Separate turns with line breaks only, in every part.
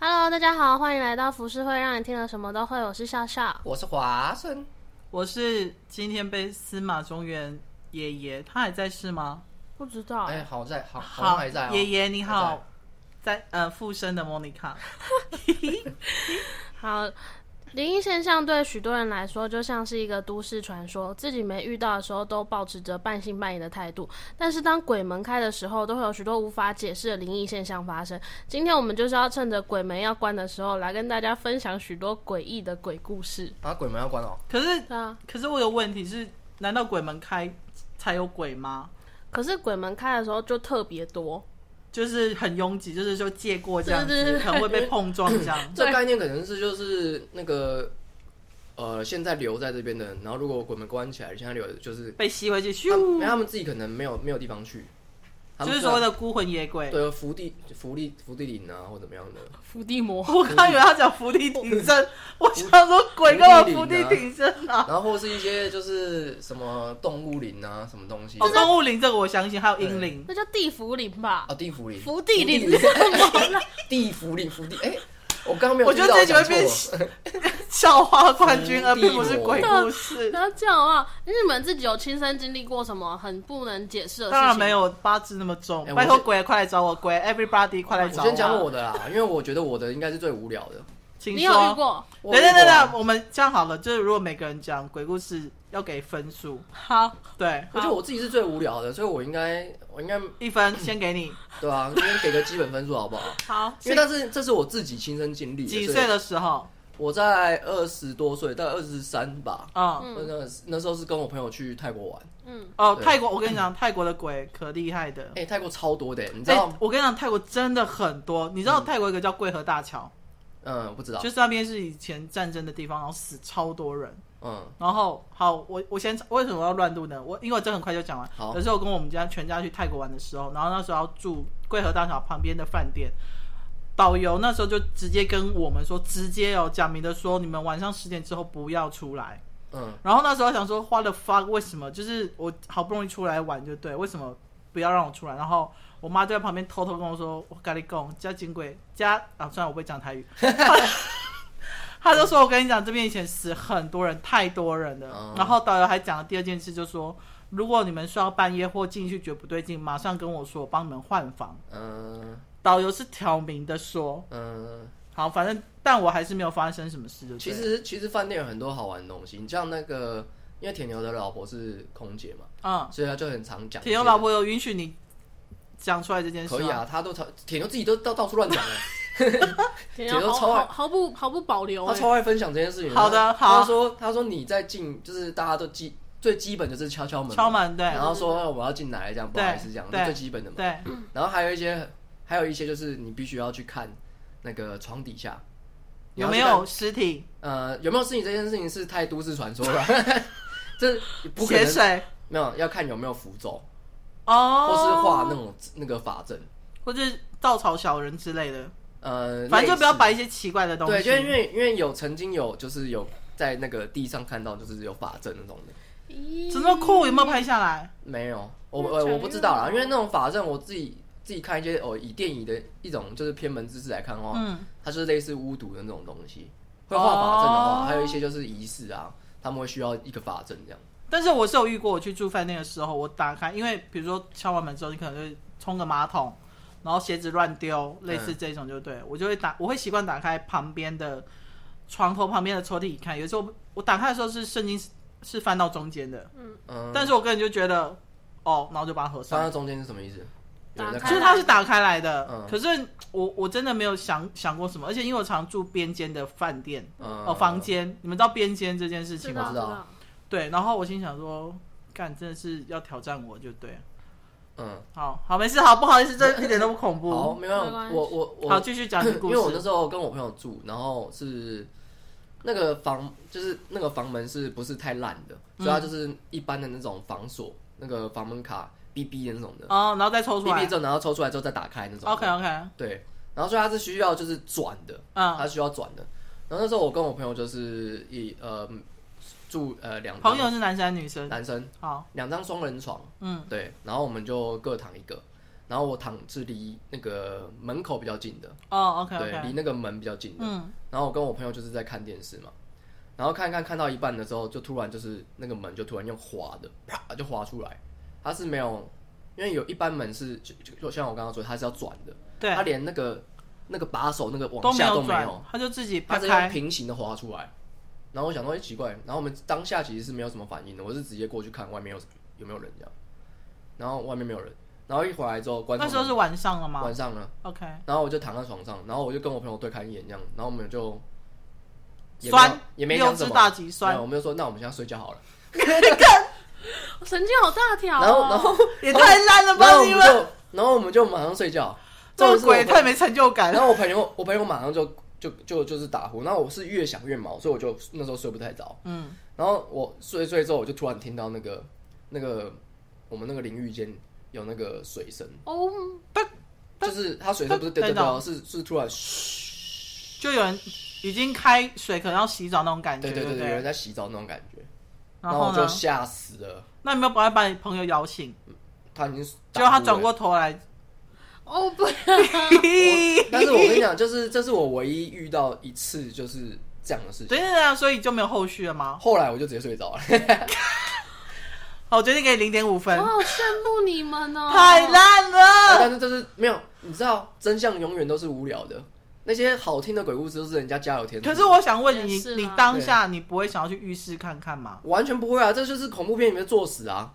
Hello，大家好，欢迎来到浮世会，让你听了什么都会。我是笑笑。
我是华生，
我是今天被司马中原爷爷，他还在世吗？
不知
哦
道，
哎、好在，好，好像还在、哦。
爷爷你
还
好
在，，
在呃附身的莫妮卡，
好，灵异现象对许多人来说就像是一个都市传说，自己没遇到的时候都保持着半信半疑的态度，但是当鬼门开的时候，都会有许多无法解释的灵异现象发生。今天我们就是要趁着鬼门要关的时候，来跟大家分享许多诡异的鬼故事。
啊，鬼门要关了哦。。
可是
对啊，
可是我有问题是，难道鬼门开才有鬼吗？
可是鬼门开的时候就特别多，
就是很拥挤，就是说借过这样
对对
子，
对
很会被碰撞这样
这概念可能是就是那个呃，现在留在这边的，然后如果鬼门关起来，现在留的就是
被吸回去，
他们，因为
咻，
他们自己可能没有没有地方去，他
就
们
是所谓的孤魂野鬼。
对福地福利福地林啊，或怎么样的。
伏地魔。
我刚以为他讲伏地挺身，我想说鬼干嘛伏
伏地
地
挺啊
挺身啊？
然后或是一些就是什么动物林啊，什么东西
哦，动物灵这个我相信，还有阴灵，
那叫地府灵吧？
啊，地府林，
伏地灵
福地林， 地府林，福地，哎、我刚刚没有
我
听
觉
到，
得这集会
讲错
变啊
了
笑 话冠军，而
伏地
并不是
魔
鬼故事。
不要这样好不好？你们自己有亲身经历过什么很不能解释的事情？
当然没。有八字那么重，
哎我
拜托
是
鬼快来找我，鬼 everybody 快来
我
找啊
先讲我的啦，因为我觉得我的应该是最无聊的。
请
你有遇
说。
过？
我
等
有
等等
遇过啊
等，我们这样好了，就是如果每个人讲鬼故事要给分数，
好，
对，
我觉得我自己是最无聊的，所以我应该，我应该
一分先 给你。
对啊，今天给个基本分数好不好？
好，
因为但是这是我自己亲身经历的，
几
所以
岁的时候？
我在二十多岁，大概二十三吧。
嗯
嗯
那个那时候是跟我朋友去泰国玩，
嗯，
哦，
对
泰国，我跟你讲，泰国的鬼可厉害的。
哎、泰国超多的，你知
嗯哎
道？
我跟你讲，泰国真的很多。你知道泰国有一个叫桂河大桥，
嗯，我不知道
就，是那边是以前战争的地方，然后死超多人。
嗯，
然后好，我我先为什么要乱录呢？我因为我这很快就讲完。
好
有时候跟我们家全家去泰国玩的时候，然后那时候要住桂河大桥旁边的饭店，导游那时候就直接跟我们说，直接哦讲明的说，你们晚上十点之后不要出来。
嗯，
然后那时候想说，花了 fuck，为什么？就是我好不容易出来玩，就对，为什么不要让我出来？然后我妈就在旁边偷偷跟我说：“我跟你讲，加金贵加啊，虽然我不会讲台语， 她就说我跟你讲，这边以前死很多人，太多人了。
哦
然后导游还讲了第二件事，就说如果你们睡到半夜或进去觉得不对劲，马上跟我说，我帮你们换房。
嗯，
导游是挑明的说，
嗯，
好，反正但我还是没有发生什么事就对了，
其实其实饭店有很多好玩的东西，你像那个，因为铁牛的老婆是空姐嘛，
嗯，
所以他就很常讲。
铁牛老婆有允许你讲出来这件事吗？
可以啊，他都超铁牛自己都到到处乱讲了。
铁
铁
牛
牛
毫
超爱
毫毫不毫不保留、
他
欸。
超爱分享这件事情。
好的好
他说他说你在进，就是大家都基最基本就是敲敲门，
敲门对
然后说哦我要进来，这样不
对
好意思，这样
对
这最基本的嘛。
对，
然后还有一些还有一些就是你必须要去看那个床底下
有没？
你要去
有
看
尸体、
呃有没有事情这件事情是太都市传说了， 这不可
血
能
水
没有要看有没有符咒，
哦，
或是画那种那个法阵，
或是稻草小人之类的，
呃，
反正就不要
类似
摆一些奇怪的东西。
对，就是因为因为有曾经有就是有在那个地上看到就是有法阵那种的，
咦
怎么那么酷？有没有拍下来？
没有，我呃
那
我
假
我不知道啦，
的哦
因为那种法阵我自己自己看一些哦，以电影的一种就是偏门知识来看的话，
嗯，
它就是类似巫毒的那种东西，会画法阵的话，
哦
还有一些就是仪式啊，他们会需要一个法阵这样。
但是我是有遇过，我去住饭店的时候，我打开，因为比如说敲完门之后，你可能就会冲个马桶，然后鞋子乱丢，类似这种就对、我就会打，我会习惯打开旁边的床头旁边的抽屉看。有时候我我打开的时候是圣经是是翻到中间的，
嗯，
但是我个人就觉得哦，然后就把它合上
放。在中间是什么意思？有人在
打开
就是它是打开来的，
嗯
可是我我真的没有想想过什么，而且因为我常住边间的饭店、
嗯
哦房，间，你们知道边间这件事情
知
吗？
道
我
知
知道
道。
对，然后我心想说，干真的是要挑战我就对，
嗯，
好好没事，好不好意思，这一点都不恐怖。
好，没关
哦没
系
关，系
我我我
好继 续讲你的故
因为我那
事。
时候跟我朋友住，然后是那个房，就是那个房门是不是太烂的，所以它就是一般的那种防锁，那个房门卡 BB 的那种的
哦，然后再抽出
，BB
来
之。后然后抽出来之后再打开那种。
OK OK，
对，然后所以它是需要就是转的，
嗯，
它需要转的。然后那时候我跟我朋友就是一呃住呃两张
朋友是男生还是女生？
男生
好，
两张双人床，
嗯，
对，然后我们就各躺一个。然后我躺是离那个门口比较近的，
哦，OK
对，离
OK，
那个门比较近的。
嗯，
然后我跟我朋友就是在看电视嘛，然后看一看看到一半的时候，就突然就是那个门就突然用滑的，啪就滑出来。它是没有，因为有一般门是就就就像我刚刚说，它是要转的，
对，
它连那个那个把手那个往
都没
下都
有
没
转
有，，
他就自己
它
拍
是用
开，
平行的滑出来。然后我想说，哎、奇怪。然后我们当下其实是没有什么反应的，我是直接过去看外面有有没有人这样。然后外面没有人，然后一回来之后，观众
那时候是晚上了吗
晚上了，
？OK，
然后我就躺在床上，然后我就跟我朋友对看一眼这样，然后我们就也没有
酸
也没讲什么，
六只大吉酸哦
没有我们就说那我们现在睡觉好了。
神经好大条、哦。
然后然后
也太烂
然
了
后
吧
我
你
们
们，
就然后我们就马上睡觉，
这
种
种鬼太没成就感
然。后我朋友，我朋友马上就就就就是打呼，然后我是越想越毛，所以我就那时候睡不太着。
嗯，
然后我睡一睡之后，我就突然听到那个那个我们那个淋浴间有那个水声，
哦，
就是它水声不是对对对，是是突然嘘，
就有人已经开水，可能要洗澡那种感觉，
对对
对
对
不
对，有人在洗澡那种感觉，
然
然后
后
我
呢
就？吓死了。
那有没有赶快把你朋友摇醒？
他已经
结
打呼
果他
了
转，过头来，
哦不要，
但是我跟你讲，就是这是我唯一遇到一次就是这样的事情。
对对对，所以就没有后续了吗？
后来我就直接睡着了，
好，我决定给你零点五分
我，好哦羡慕你们哦。
太烂了。
但是就是没有，你知道真相永远都是无聊的。那些好听的鬼故事都是人家加油添醋，
可是我想问你，
也
你
是啦
你当下你不会想要去浴室看看吗？
完全不会啊，这就是恐怖片里面的作死啊，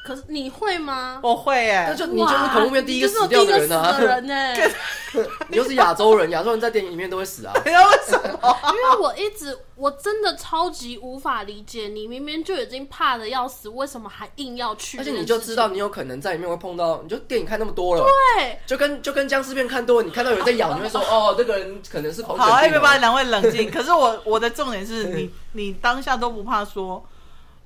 可是你会吗？
我会
那
耶，
就你就是恐怖片第一个死掉
的
人啊，
人欸呢、
你就是亚洲人，亚洲人在电影里面都会死啊。
哎呀，为什么？
因为我一直我真的超级无法理解，你明明就已经怕的要死，为什么还硬要去？
而且你就知道，你有可能在里面会碰到，你就电影看那么多了，
对，
就跟就跟僵尸片看多了，你看到有人在咬，你会说哦，这个人可能是狂犬
好，哎，
病
别
哦、
把两位冷 静。可是我我的重点是你，你当下都不怕说，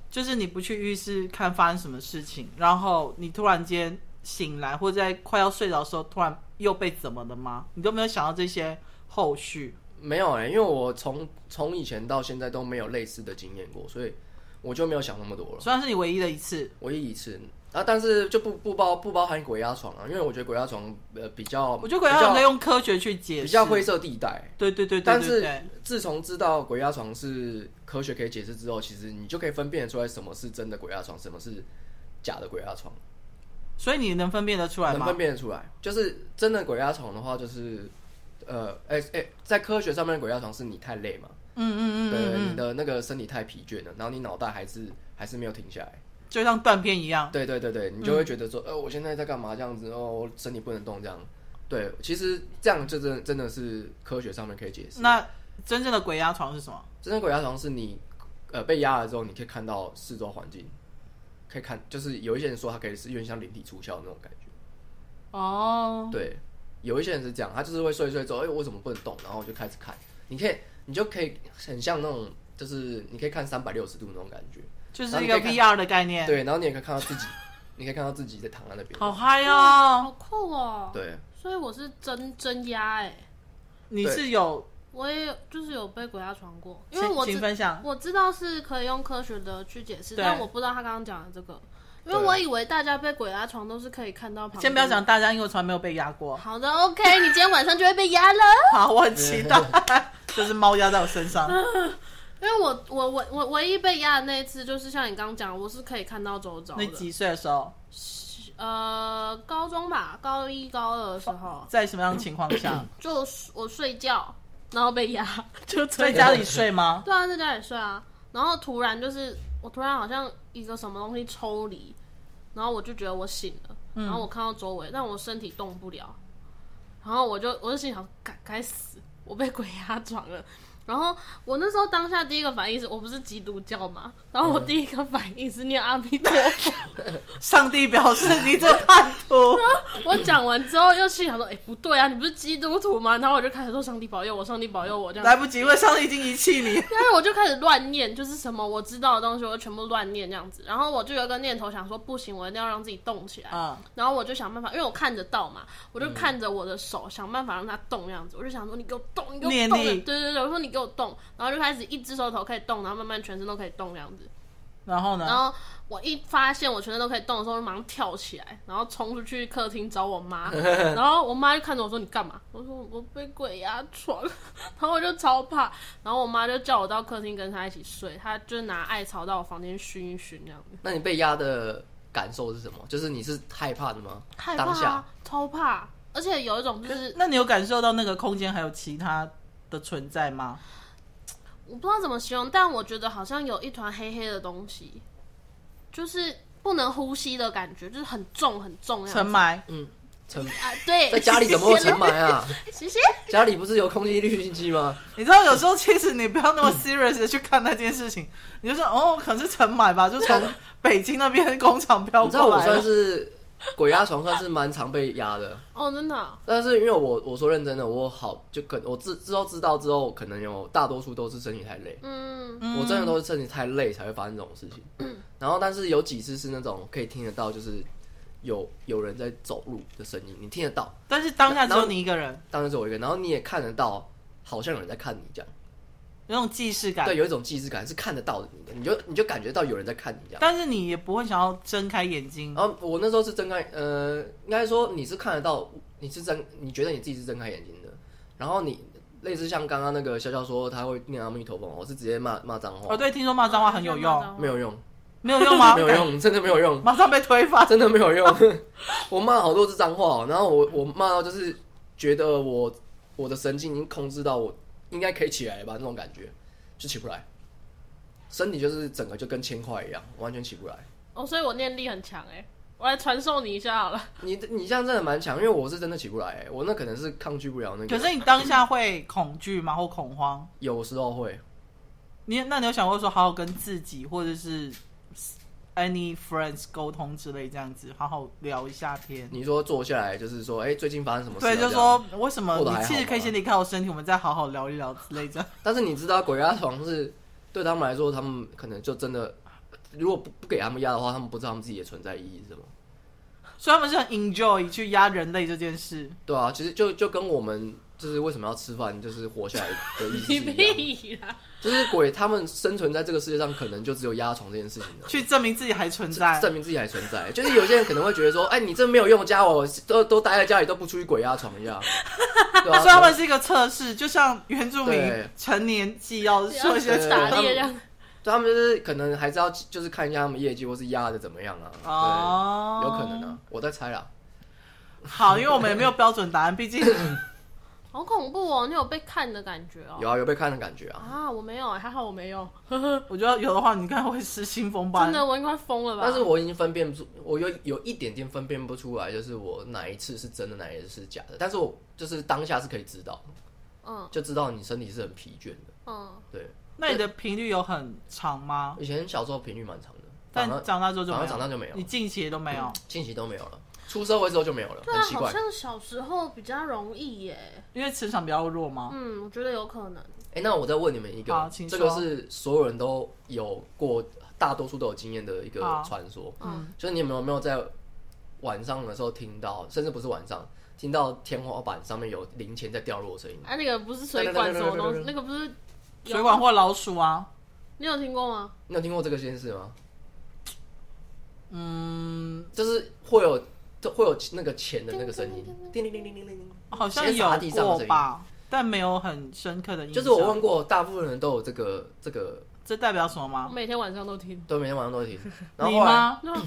就是你不去浴室看发生什么事情，然后你突然间醒来，或者在快要睡着的时候，突然又被怎么了吗？你都没有想到这些后续。
没有哎、因为我从从以前到现在都没有类似的经验过，所以我就没有想那么多了。
虽然是你唯一的一次，
唯一一次啊，但是就不不包不包含鬼压床啊，因为我觉得鬼压床呃比较，
我觉得鬼要可以用科学去解释，
比较灰色地带。
对对对对
但
对
是
对，
自从知道鬼压床是科学可以解释之后，其实你就可以分辨出来什么是真的鬼压床，什么是假的鬼压床，
所以你能分辨得出来
能
吗
分？辨得出来。就是真的鬼压床的话，就是呃，哎、哎、在科学上面的鬼压床是你太累嘛，
嗯嗯嗯
对，
嗯
你
嗯，
的那个身体太疲倦了，然后你脑袋还是还是没有停下来。
就像断片一样。
对对对对，你
嗯
就会觉得说，呃，我现在在干嘛这样子，哦，我身体不能动这样。对，其实这样就真真的是科学上面可以解释。
那真正的鬼压床是什么？
真正鬼压床是你，呃，被压了之后，你可以看到四周环境，可以看，就是有一些人说他可以是有点像灵体出窍那种感觉。
哦，
对，有一些人是这样，他就是会睡一睡之后，哎、我怎么不能动？然后我就开始看，你可以，你就可以很像那种，就是你可以看三百六十度那种感觉。
就是一个 VR 的概念。
对，然后你也可以看到自己，你可以看到自己在躺在那边。
好嗨
哇，
哦！
好酷哦。
对，
所以我是真真压哎、
你是有
我也有就是有被鬼压床过，因为
请
我
请
知
分享
我知道是可以用科学的去解释，
对
但我不知道他刚刚讲的这个，因为
对啊
我以为大家被鬼压床都是可以看到旁边。
先不要讲。大家，因为我从来没有被压过。
好的，OK，你今天晚上就会被压了。
好，我很期待， 就是猫压在我身上。
因为我我我我唯一被压的那一次，就是像你刚刚讲，我是可以看到周遭
你
的。
几岁的时候，
呃，高中吧，高一高二的时候，
在什么样的情况下，
就我睡觉，然后被压，就在
在家里睡吗？
对啊，在家里睡啊。然后突然就是，我突然好像一个什么东西抽离，然后我就觉得我醒了，然后我看到周围，但我身体动不了，然后我就我就心想，该该死，我被鬼压床了。然后我那时候当下第一个反应是我不是基督教嘛，然后我第一个反应是念阿弥陀佛。
上帝表示你这叛徒。
我讲完之后又心想说，哎、不对啊，你不是基督徒吗？然后我就开始说上帝保佑我，上帝保佑我这样子
来不及，因为上帝已经遗弃你。
但啊是我就开始乱念，就是什么我知道的东西，我就全部乱念这样子。然后我就有一个念头想说，不行，我一定要让自己动起来。
啊，
然后我就想办法，因为我看得到嘛，我
嗯
就看着我的手，想办法让它动这样子。我就想说，你给我动，你给
念
我
力
动，对对对，我说你给我动，然后就开始一只手头可以动，然后慢慢全身都可以动这样子。
然后
嗯
呢？
然后我一发现我全身都可以动的时候，我就马上跳起来，然后冲出去客厅找我 妈。然后我妈就看着我说：“你干嘛？”我说：“我被鬼压床。” 然后我就超怕。然后我妈就叫我到客厅跟她一起睡，她就拿艾草到我房间熏一熏，这样
那你被压的感受是什么？就是你是害怕的吗？
害怕、
当下
啊，超怕。而且有一种就
可
是
那你有感受到那个空间还有其他的存在吗？
我不知道怎么形容，但我觉得好像有一团黑黑的东西，就是不能呼吸的感觉，就是很重很重这样
尘
子
霾，
沉
啊，对，
在家里怎 么会
谢
尘
谢
霾啊？
谢谢。
家里不是有空气滤净机吗？
你知道有时候其实你不要那么 serious 的去看那件事情，你就说哦，可能是尘霾吧，就从北京那边工厂飘
你知道
过
啊
我
来
算
了。
是鬼压床，算是蛮常被压的。
哦，真的啊、
但是因为我我说认真的，我好就可我之之后知道之后，可能有大多数都是身体太累，
嗯，
嗯
我真的都是身体太累才会发生这种事情。然后但是有几次是那种可以听得到，就是有有人在走路的声音，你听得到，
但是当下只有你一个人，
当然是我一个人，然后你也看得到，好像有人在看你这样，
有那种既视感
对，。有一种既视感是看得到的你的，你就你就感觉到有人在看你这样。
但是你也不会想要睁开眼睛，
然后我那时候是睁开，呃，应该说你是看得到，你是睁，你觉得你自己是睁开眼睛的，然后你类似像刚刚那个笑笑说他会念阿弥陀佛，我是直接骂骂脏话，
哦，对，听说骂脏话很有
哦
用，
没有用，
没有用 吗？
没有，用，真的没有用，
马上被推翻。
真的没有用， 我骂好多次脏话哦，然后我我骂到就是觉得我我的神经已经控制到我应该可以起来了吧那种感觉，就起不来，身体就是整个就跟铅块一样，完全起不来。
哦，所以我念力很强哎、我来传授你一下好 了。
你你这样真的蛮强，因为我是真的起不来、欸，我那可能是抗拒不了那个。
可是你当下会恐惧吗？或恐慌？
有时候会，
你那你有想过说好好跟自己或者是 any friends 沟通之类这样子，好好聊一下天？
你说坐下来就是说，哎、最近发生什么事、啊？
对，就
这样
说为什么
过得还
你其
好
实
吗
可以先离开我身体，我们再好好聊一聊之类这样。
但是你知道鬼压床是对他们来说，他们可能就真的，如果不不给他们压的话，他们不知道他们自己的存在意义是什么。
所以他们是很 enjoy 去压人类这件事。
对啊，其实就就跟我们就是为什么要吃饭，就是活下来的意思
你
一样。
屁啦！
就是鬼他们生存在这个世界上，可能就只有压床这件事情了。
去证明自己还存在。
证明自己还存在，就是有些人可能会觉得说，哎，你这没有用，家我都都待在家里都不出去鬼压床一样，对 啊，
所以他们是一个测试，就像原住民
对
成年纪要
啊
做一些
对
打
他
猎
们
这样，
所以他们就是可能还是要就是看一下他们业绩或是压的怎么样啊，
哦
对，，有可能啊。，我在猜啦。
好，因为我们也没有标准答案，毕竟
好恐怖哦！你有被看的感觉哦？
有啊，有被看的感觉啊。
啊，我没有、还好我没有，
我觉得有的话，你看会失心疯吧
真？的我应该疯了吧？
但是我已经分辨不出，我有有一点点分辨不出来，就是我哪一次是真的，哪一次是假的。但是我就是当下是可以知道，
嗯
就知道你身体是很疲倦的。
嗯，
对，
那你的频率有很长吗？
以前小时候频率蛮长的，
但
反而
长大之后就
反
没
而
有，
长大就没有嗯
你
了，
近期也都没有。
近期都没有了。出社会之后就没有了，
对啊
很，奇
好
怪。
像小时候比较容易耶。
因为磁场比较弱
哦
嘛。
嗯，我觉得有可能。
哎、那我再问你们一
好
个
请，
这个
说
是所有人都有过，大多数都有经验的一个
好
传说。
嗯，
就是你们有没有在晚上的时候听到，甚至不是晚上，听到天花板上面有零钱在掉落的声音？
啊，那个不是水管什么东西，那个不是有
水管或老鼠啊，
你有听过吗？
你有听过这个件事吗？
嗯，
就是会有会有那个钱的那个声音，叮铃铃铃铃铃铃。
好像
先
有
砸地上的
过
声音
吧，但没有很深刻的印
就
象。
是我问过，大部分人都有这个这个，
这代表什么
啊
我
吗？
每天晚上都 听。
都每天晚上都会听。然
你
后后来
吗？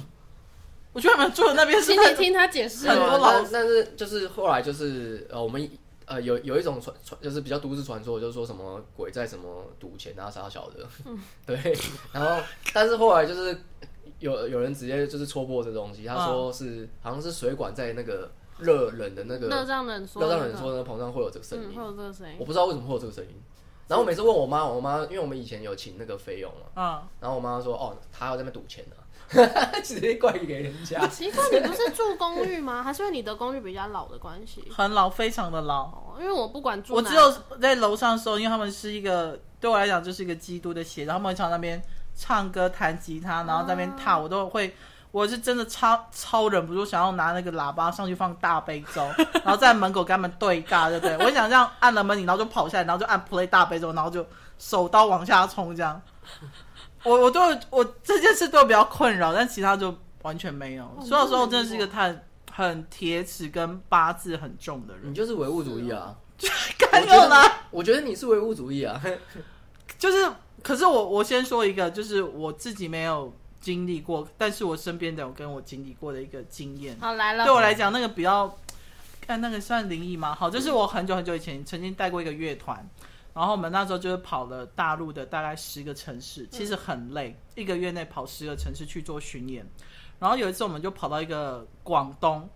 我觉得你们住的那边是
请你听他解释
对
很
啊
多老
但但是就是后来就是呃，我们呃有有一种传传就是比较都市传说，就是说什么鬼在什么赌钱啊啥小的，
嗯
对。然后但是后来就是有有人直接就是戳破这东西，他
啊
说是、好像是水管在那个热冷的那个
热胀冷缩，
热胀冷缩的膨胀会有这个声
嗯，
音
会，有这个声
哎
音。
我不知道为什么会有这个声音。然后我每次问我妈，我妈因为我们以前有请那个菲佣嘛，
嗯，
然后我妈说哦，她要在那边赌钱呢、 啊，直接怪给人 家。
奇怪，你不是住公寓吗？还是因为你的公寓比较老的关系？
很老，非常的老。
哦，因为我不管住
我
哪
只有在楼上的时候，因为他们是一个对我来讲就是一个基督的鞋，然后他们会常在那边唱歌、弹吉他，然后在那边
哦
踏，我都会，我是真的超超忍不住想要拿那个喇叭上去放大悲咒， 然后在门口跟他们对尬，对不对？我想这样按了门铃，然后就跑下来，然后就按 play 大悲咒，然后就手刀往下冲这样。我我对我我这件事对我比较困扰，但其他就完全没
哦
有。所以有时候我真的是一个太很铁齿跟八字很重的人，
你就是唯物主义啊！
干
我觉
又来。
得，我觉得你是唯物主义 啊！
就是，可是我我先说一个，就是我自己没有经历过，但是我身边的有跟我经历过的一个经验。
好来
对
了，
我来讲，那个比较，看那个算灵异吗？好，就是我很久很久以前曾经带过一个乐团，然后我们那时候就是跑了大陆的大概十个城
嗯
市，其实很累，一个月内跑十个城市去做巡演。然后有一次我们就跑到一个广东，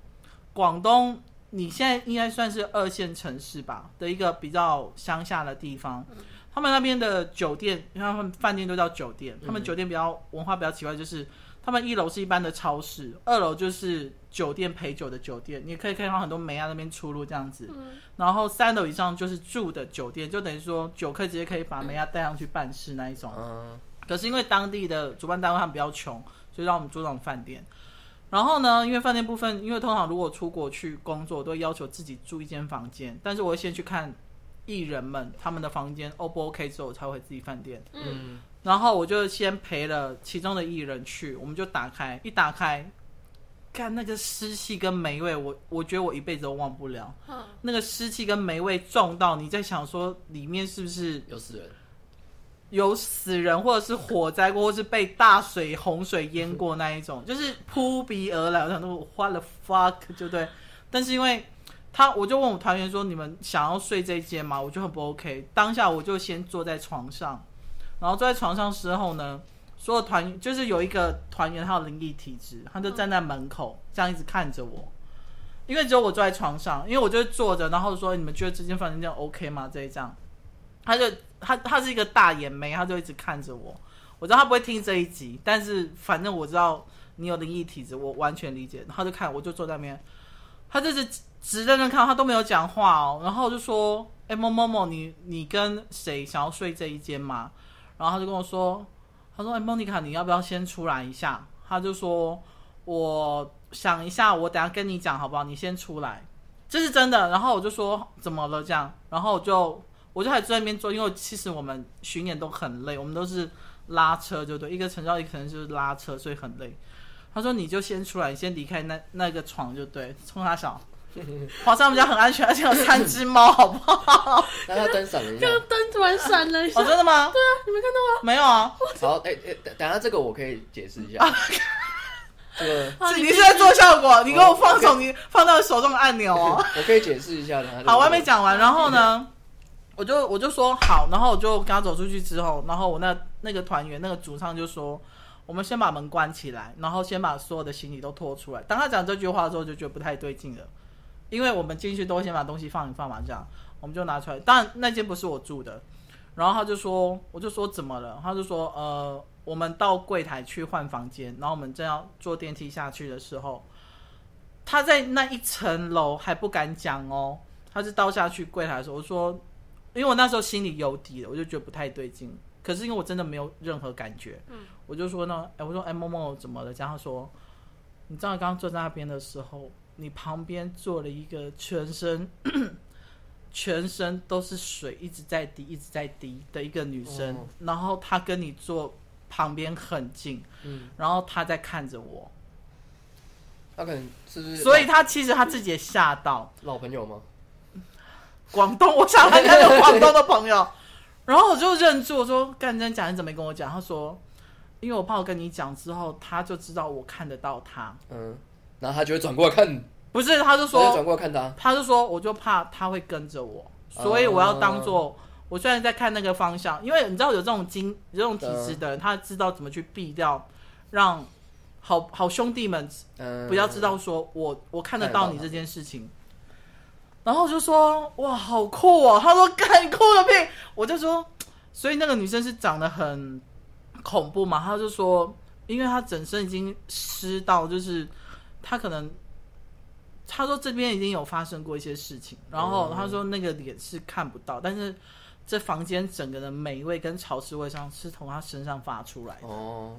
广东你现在应该算是二线城市吧的一个比较乡下的地方。他们那边的酒店，因为他们饭店都叫酒店，他们酒店比较文化比较奇怪，就是他们一楼是一般的超市，二楼就是酒店陪酒的酒店，你可以看到很多梅亚那边出入这样子。然后三楼以上就是住的酒店，就等于说酒客直接可以把梅亚带上去办事那一种。
嗯，
可是因为当地的主办单位他们比较穷，所以让我们住那种饭店。然后呢，因为饭店部分，因为通常如果出国去工作，我都会要求自己住一间房间，但是我会先去看艺人们他们的房间 O 不 OK 之后，我才会回自己饭店。
嗯，
然后我就先陪了其中的艺人去，我们就打开，一打开，看那个湿气跟霉味，我我觉得我一辈子都忘不了。
嗯
那个湿气跟霉味重到你在想说里面是不是
有死人，
有死人，或者是火灾过，或是被大水、洪水淹过那一种，就是扑鼻而来。我想说，what the fuck，就对。但是因为他，我就问我团员说：“你们想要睡这一间吗？”我就很不 OK。当下我就先坐在床上，然后坐在床上之后呢，所有团就是有一个团员他有灵异体质，他就站在门口、这样一直看着我。因为只有我坐在床上，因为我就坐着，然后说你们觉得这间房间这样 OK 吗？这一张，他就他他是一个大眼妹，他就一直看着我。我知道他不会听这一集，但是反正我知道你有灵异体质，我完全理解。然后就看，我就坐在那边，他就是直愣愣看，他都没有讲话哦。然后我就说：“哎、某某某，你你跟谁想要睡这一间吗？”然后他就跟我说：“他说，哎、莫妮卡，你要不要先出来一下？”他就说：“我想一下，我等下跟你讲好不好？你先出来。”这是真的。然后我就说：“怎么了？”这样，然后我就我就还坐在那边坐，因为其实我们巡演都很累，我们都是拉车，就对，一个城市到一个城市就是拉车，所以很累。他说：“你就先出来，你先离开那那个床就对，冲他小。 华山我们家很安全，而且有三只猫，好不好？
那他灯闪了 一下
这。个灯突然闪了一下，
哦，真的吗？
啊你没看到
没有啊，
好，哎、哎，等等下这个我可以解释一 下。这个
吗？好
是
你
你
继续
是在做效果，你给我
哦
放手，你放到手中的按钮哦。
我可以解释一下的。
好，我还没。讲完。然后呢，我就我就说好，然后我就跟他走出去之后，然后我那那个团员那个主唱就说，我们先把门关起来，然后先把所有的行李都拖出来。当他讲这句话的时候，我就觉得不太对劲了，因为我们进去都会先把东西放一放嘛，这样我们就拿出来。当然那间不是我住的，然后他就说，我就说怎么了？他就说呃，我们到柜台去换房间，然后我们正要坐电梯下去的时候。他在那一层楼还不敢讲哦，他是倒下去柜台的时候，我说，因为我那时候心里有底了，我就觉得不太对劲。可是因为我真的没有任何感觉，嗯，我就说呢，哎、我说哎，某、某怎么了？这样他说，你知道刚刚坐在那边的时候，你旁边坐了一个全身 全身都是水一直在滴一直在滴的一个女生，
哦
然后她跟你坐旁边很近，
嗯，
然后她在看着我，
他可能是不是
所以她其实她自己也吓到，
老朋友吗？
广东，我想他应该有广东的朋友。然后我就认住，我说：“干，你真假？你怎么没跟我讲？”他说：“因为我怕我跟你讲之后，他就知道我看得到他。
嗯，然后他就会转过来看，
不是，他就
他就
说，
转过来看他。
他就说，我就怕他会跟着我，所以我要当做我虽然在看那个方向，因为你知道有这种经有这种体质的人，他知道怎么去避掉，让好好兄弟们
嗯，
不要知道说我我看得
看得
到
到
你
他
这件事情。然后我就说哇，好酷哦！他说干酷个屁！我就说，所以那个女生是长得很恐怖嘛？他就说，因为她整身已经湿到，就是她可能，他说这边已经有发生过一些事情，然后
嗯
他说那个脸是看不到，但是这房间整个的霉味跟潮湿味上是从她身上发出来的。
哦，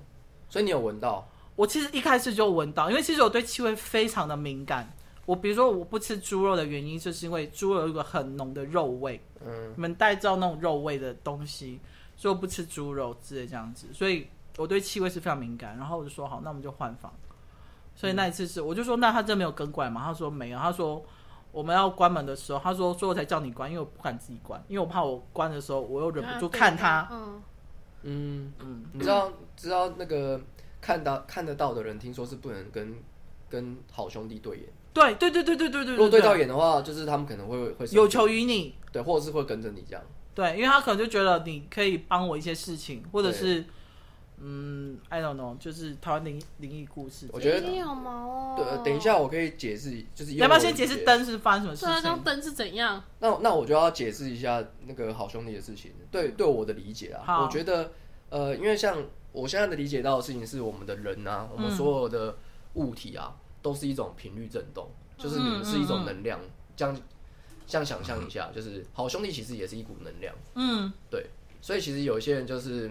所以你有闻到？
我其实一开始就闻到，因为其实我对气味非常的敏感。我比如说我不吃猪肉的原因，就是因为猪肉有一个很浓的肉味，
嗯，
你们大家知道那种肉味的东西，所以我不吃猪肉之类这样子。所以我对气味是非常敏感，然后我就说好，那我们就换房。所以那一次是，我就说那他真没有跟过来吗？他说没有，他说我们要关门的时候，他说所以我才叫你关，因为我不敢自己关，因为我怕我关的时候我又忍
啊
不住看他。，
嗯，
嗯嗯，你知道知道那个看到看得到的人，听说是不能跟跟好兄弟对眼，
对对对对对对对
如果对
对，
到眼的话，就是他们可能会会生气
有求于你。
对，或者是会跟着你这样。
对，因为他可能就觉得你可以帮我一些事情，或者是嗯，I don't know，就是台湾灵灵异故事之类的。
我觉得
一定有毛哦。
对，呃等一下我可以解释，就是
要不要先解释
灯？
灯是发生什么
对啊，
事
这张
情？
灯是怎样？
那那我就要解释一下那个好兄弟的事情，对对我的理解啊，
好
我觉得呃，因为像我现在的理解到的事情是，我们的人啊，我
嗯
们所有的物体啊，都是一种频率振动，就是你们是一
嗯
种能量，这样这样想象一下，就是好兄弟其实也是一股能量，
嗯，
对，所以其实有一些人就是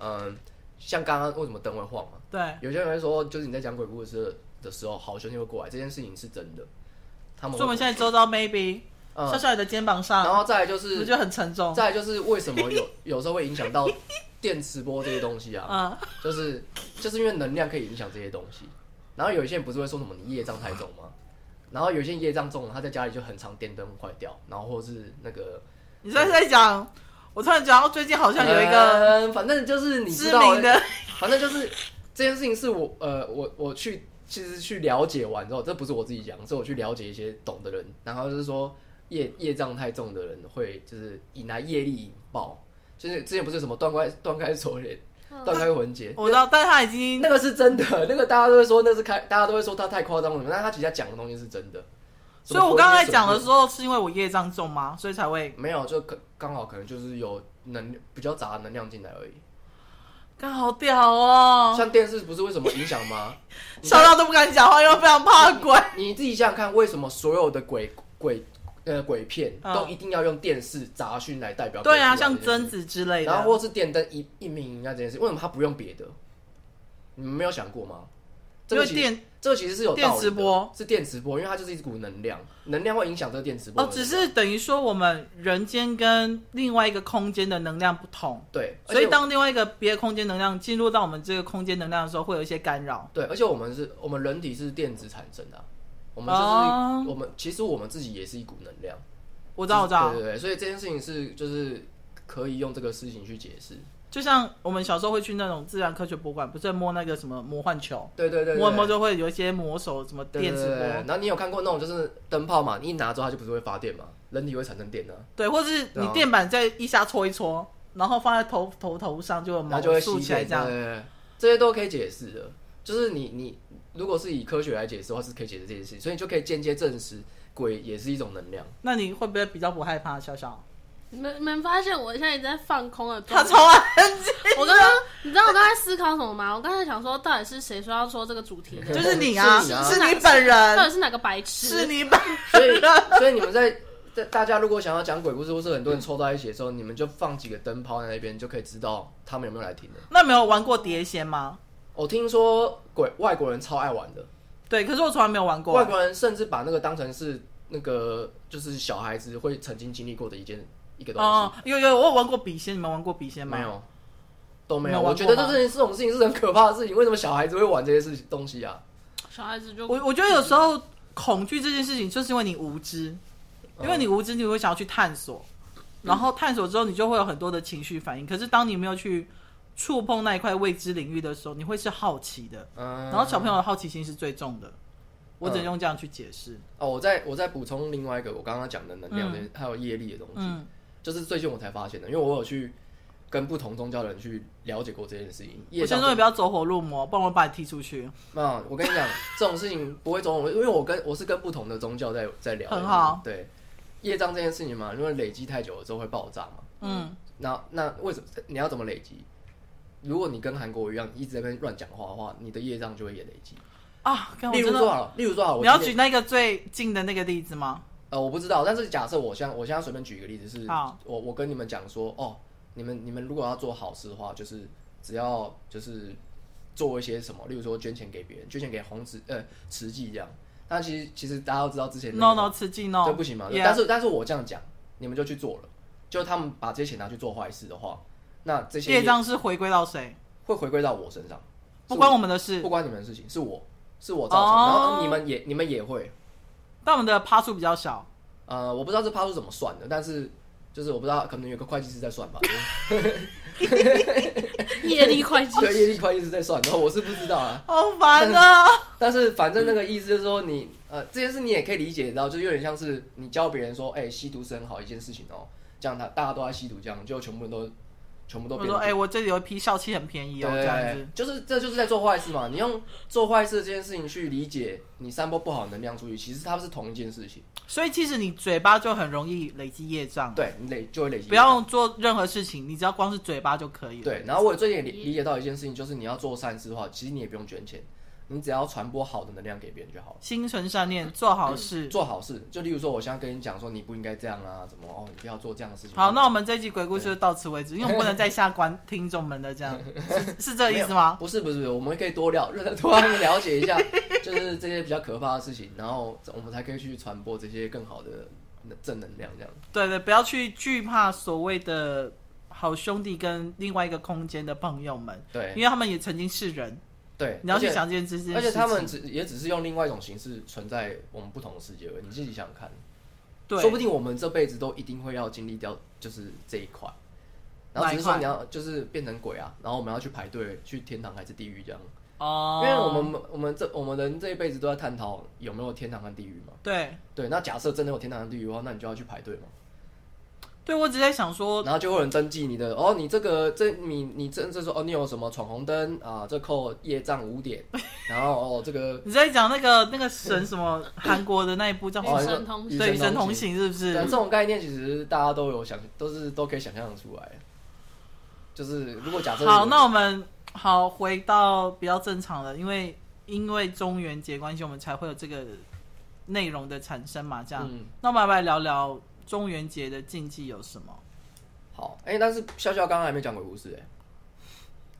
嗯、像刚刚为什么灯会晃嘛，
对，
有些人会说，就是你在讲鬼故事的时候，好兄弟会过来，这件事情是真的，他们会
所以我们现在周遭 maybe
嗯
笑笑你的肩膀上，
然后再来就是
不
是
是就很沉重？
再来就是为什么有有时候会影响到电磁波这些东西啊？
嗯，
就是就是因为能量可以影响这些东西。然后有一些人不是会说什么你业障太重吗？然后有些人业障重了，他在家里就很常电灯坏掉，然后或是那个
你现在在讲，我突然觉得最近好像有一个
嗯反正就是你知
知
道欸
名的，
反正就是这件事情是我呃，我我去其实去了解完之后，这不是我自己讲，是我去了解一些懂的人，然后就是说业业障太重的人会就是引来业力引爆，就是之前不是有什么断开断开锁链、
嗯
断开魂结。
我知道，但是他已经
那个是真的，那个大家都会说那是开，大家都会说他太夸张了，但他其实他讲的东西是真的。
所以我刚才讲的
时
时候是因为我业障重吗？所以才会
没有，就可刚好可能就是有能比较杂的能量进来而已。
刚好屌哦，
像电视不是为什么影响吗？你
笑到都不敢讲话，因为非常怕鬼。
你自己想想看，为什么所有的鬼鬼呃鬼片
嗯
都一定要用电视杂讯来代表鬼
对
片
啊，
这件
像
事
贞，子之类的，啊
然后或是电灯一一明一暗这件事，为什么他不用别的？你们没有想过吗？这
因
个
为
其实
电
这个其实是有道理的
电磁波
是电磁波，因为它就是一股能量，能量会影响这个电磁波
哦，
的能
只
量。
是等于说我们人间跟另外一个空间的能量不同，
对，而
所以
且
当另外一个别的空间能量进入到我们这个空间能量的时候，会有一些干扰。
对，而且我们是我们人体是电子产生的啊、我们就是、
哦
我们其实我们自己也是一股能量。
我知道，我知道
对，对对，所以这件事情是就是可以用这个事情去解释。
就像我们小时候会去那种自然科学博物馆，不是摸那个什么魔幻球，
对对对对，
摸一摸就会有一些魔手什么
对
电磁波，
对对对然后你有看过那种就是灯泡嘛？你一拿之后它就不是会发电嘛？人体会产生电的、
对，或者是
对
你
啊
电板在一下搓一搓，然后放在头头头上就有
然后
毛
就会吸
哦竖
电
起来这样
对。对对对这些都可以解释的。就是你你如果是以科学来解释的话，是可以解释这件事情，所以你就可以间接证实鬼也是一种 能量。
那你会不会比较不害怕？小小，
你们你们发现我现在一直在放空了。
他超啊安 静，
我刚刚，你知道我刚才思考什么吗？我刚才想说，到底是谁说要说这个主题的？
就是你啊，
是你啊
是你本人，
到底是哪个白痴？
是你吧？
所以所以你们在在大家如果想要讲鬼故事，或是很多人凑到一起的时候，你们就放几个灯泡在那边，你就可以知道他们有没有来听的。
那没有玩过碟仙吗？
我听说鬼外国人超爱玩的，
对，可是我从来没有玩
外
过。
国人甚至把那个当成是那个就是小孩子会曾经经历过的一件一个东西。
哦，有有，我有玩过笔仙，你们玩过笔仙吗？
没。有，都没
没有
有。
玩
我觉
过
得
吗
这件这种事情是很可怕的事情。为什么小孩子会玩这些事情东西啊？
小孩子就
我我觉得有时候恐惧这件事情，就是因为你无知，因为你无知，你会想要去探索，然后探索之后，你就会有很多的情绪反应。可是当你没有去触碰那一块未知领域的时候，你会是好奇的。
嗯，
然后小朋友的好奇心是最重的，我只能
嗯
用这样去解释。
哦，我再我再补充另外一个我刚刚讲的能量的、还有业力的东西，
嗯
就是最近我才发现的，因为我有去跟不同宗教的人去了解过这件事情。
我
业
先
障
说你不要走火入魔，不然我把你踢出去。
啊，我跟 你讲，这种事情不会总有，因为我跟我是跟不同的宗教在在聊，
很好
对，业障这件事情嘛，因为累积太久了之后会爆炸嘛。
嗯，
那那为什么你要怎么累积？如果你跟韩国一样一直在那边乱讲话的话，你的业障就会也累积。
啊，看我
例
真
如
的
说好了，例如说好了，我
你要
今
举
天
那个最近的那个例子吗？
呃，我不知道，但是假设我现在我现在随便举一个例子是，
好
我我跟你们讲说，哦，你们你们如果要做好事的话，就是只要就是做一些什么，例如说捐钱给别人，捐钱给红慈呃慈济这样。但其实其实大家都知道之前那个
No no，刺激 no，
对不行嘛。
Yeah
但是但是我这样讲，你们就去做了，就他们把这些钱拿去做坏事的话，那这些
业障是回归到谁？
会回归到我身上，
不关我们的事
不。关你们的事情，是我是我造成的，
哦
然后你们也你们也会，
但我们的趴数比较小，
呃，我不知道这趴数怎么算的，但是就是我不知道，可能有个会计师在算 吧，
业力会计
对，业力会计师在算，然后我是不知道啊，
好烦啊！
但是反正那个意思就是说你，呃，这件事你也可以理解到，就有点像是你教别人说，哎、吸毒是很好一件事情哦，这样他大家都在吸毒，这样就全部人都全部都
我
变
说，
成
哎、我这里有一批笑气很便宜哦，这样
对
子，。
就是这就是在做坏事嘛。你用做坏事这件事情去理解你散播不好的能量出去，其实它是同一件事情。
所以其实你嘴巴就很容易累积业障，
对你累就会累积。
不要做任何事情，你只要光是嘴巴就可以了。
对。然后我最近也理理解到一件事情，就是你要做善事的话，其实你也不用捐钱，你只要传播好的能量给别人就好了。
心存善念，做好事。
嗯做好事，就例如说，我现在跟你讲说你不应该这样啊，怎么哦，你不要做这样的事情。
好，那我们这一集鬼故事就到此为止，因为我们不能再下关听众们的 这样，是是这个意思吗？
不是不是，不是我们可以多聊， 多让他们了解一下，就是这些比较可怕的事情，然后我们才可以去传播这些更好的正能量，这样。
对对，不要去惧怕所谓的好兄弟跟另外一个空间的朋友们，
对
因为他们也曾经是人，
对，
你要
而且
去想这件事情。
而且他们只也只是用另外一种形式存在我们不同的世界而已。你自己想想看，
对，
说不定我们这辈子都一定会要经历掉，就是这一块。然后只是说
哪一块
你要就是变成鬼啊，然后我们要去排队去天堂还是地狱这样，
哦，
因为我们我们这我们人这一辈子都在探讨有没有天堂和地狱嘛。
对
对，那假设真的有天堂和地狱的话，那你就要去排队嘛，
对，我只在想说，
然后就会有人登记你的哦，你这个这你你这这时候哦，你有什么闯红灯啊？这扣业障五点，然后哦这 个
你在讲那个那个神什么韩国的那一部叫什
哦
么
与？
神
神同
对，与神同
行。
行是不
但
是
这？种概念其实大家都有想，都是都可以想象得出来。就是如果假设
好，
有
那我们好回到比较正常的，因为因为中元节关系，我们才会有这个内容的产生嘛。这样，
嗯
那我们要不要来聊聊中元节的禁忌有什么？
好，哎、但是笑笑刚刚还没讲鬼故事、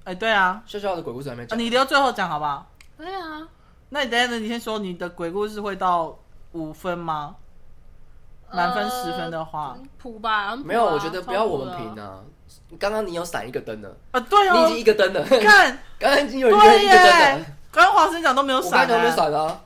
哎，
哎、对啊，
笑笑的鬼故事还没
啊
讲。
你留最后讲好不好？
对啊，
那你等一下，你先说你的鬼故事会到五分吗？满
呃
分十分的话，
普吧，很普啊
没有，我觉得不要我们
超普
评
的
啊。刚刚你有闪一个灯了，
呃
啊，对
你已经
哦，
一个灯了，
看，
刚刚已经有一个
对
一个灯
耶
了，，
刚刚华生讲都没有
我
闪、
刚才有没有
欸，
闪啊？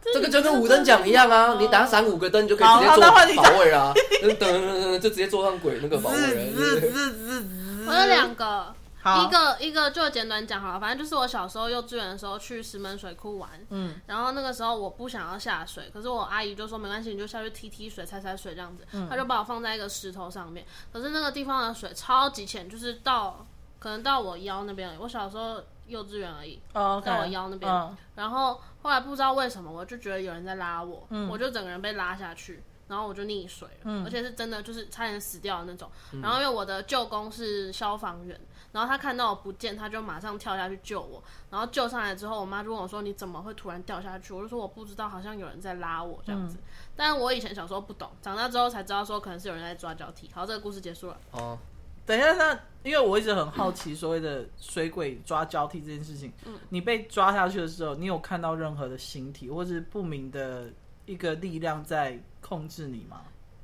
这
这个就跟五等奖一样啊，你打闪五个灯你就可以直接
好
做
那换你讲
保卫啦，噔噔噔噔，就直接坐上鬼那个保卫
滋
了
滋
就是。
滋滋滋，
我有两个，
嗯好
一个一个就简短讲好了，反正就是我小时候幼稚园的时候去石门水库玩，
嗯，
然后那个时候我不想要下水，可是我阿姨就说没关系，你就下去踢踢水、踩踩水这样子，
嗯
她就把我放在一个石头上面，可是那个地方的水超级浅，就是到可能到我腰那边而已，我小时候幼稚园而已，
哦，
在我腰那边
嗯
然后后来不知道为什么，我就觉得有人在拉我，
嗯
我就整个人被拉下去，然后我就溺水了，而且是真的就是差点死掉的那种。然后因为我的舅公是消防员，然后他看到我不见，他就马上跳下去救我。然后救上来之后，我妈就问我说：“你怎么会突然掉下去？”我就说：“我不知道，好像有人在拉我这
嗯
样子。但我以前小时候不懂，长大之后才知道说可能是有人在抓交替。好，这个故事结束了。
哦，
等一下，那因为我一直很好奇所谓的水鬼抓交替这件事情，
嗯
你被抓下去的时候，你有看到任何的形体或是不明的一个力量在控制你吗？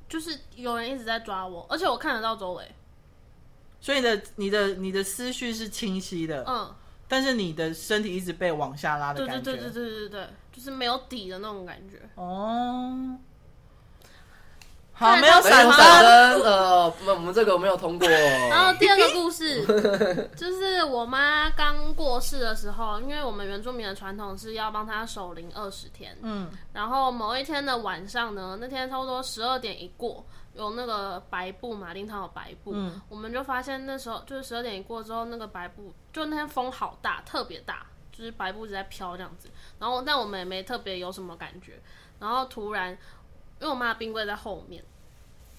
就是有人一直在抓我，而且我看得到周围。
所以你的你的你的思绪是清晰的，
嗯，
但是你的身体一直被往下拉的
对
感
对
觉。
对对对对对，就是没有底的那种感觉。
哦，好，
对
没有
没有
闪
闪
灯。
灯，呃，我们我们这个没有通过。
然后第二个故事就是我妈刚过世的时候，因为我们原住民的传统是要帮她守灵二十天。
嗯，
然后某一天的晚上呢，那天差不多十二点一过，有那个白布嘛，灵堂有白布，我们就发现那时候就是十二点一过之后，那个白布就那天风好大，特别大，就是白布一直在飘这样子。然后但我们也没特别有什么感觉，然后突然，因为我妈的冰柜在后面，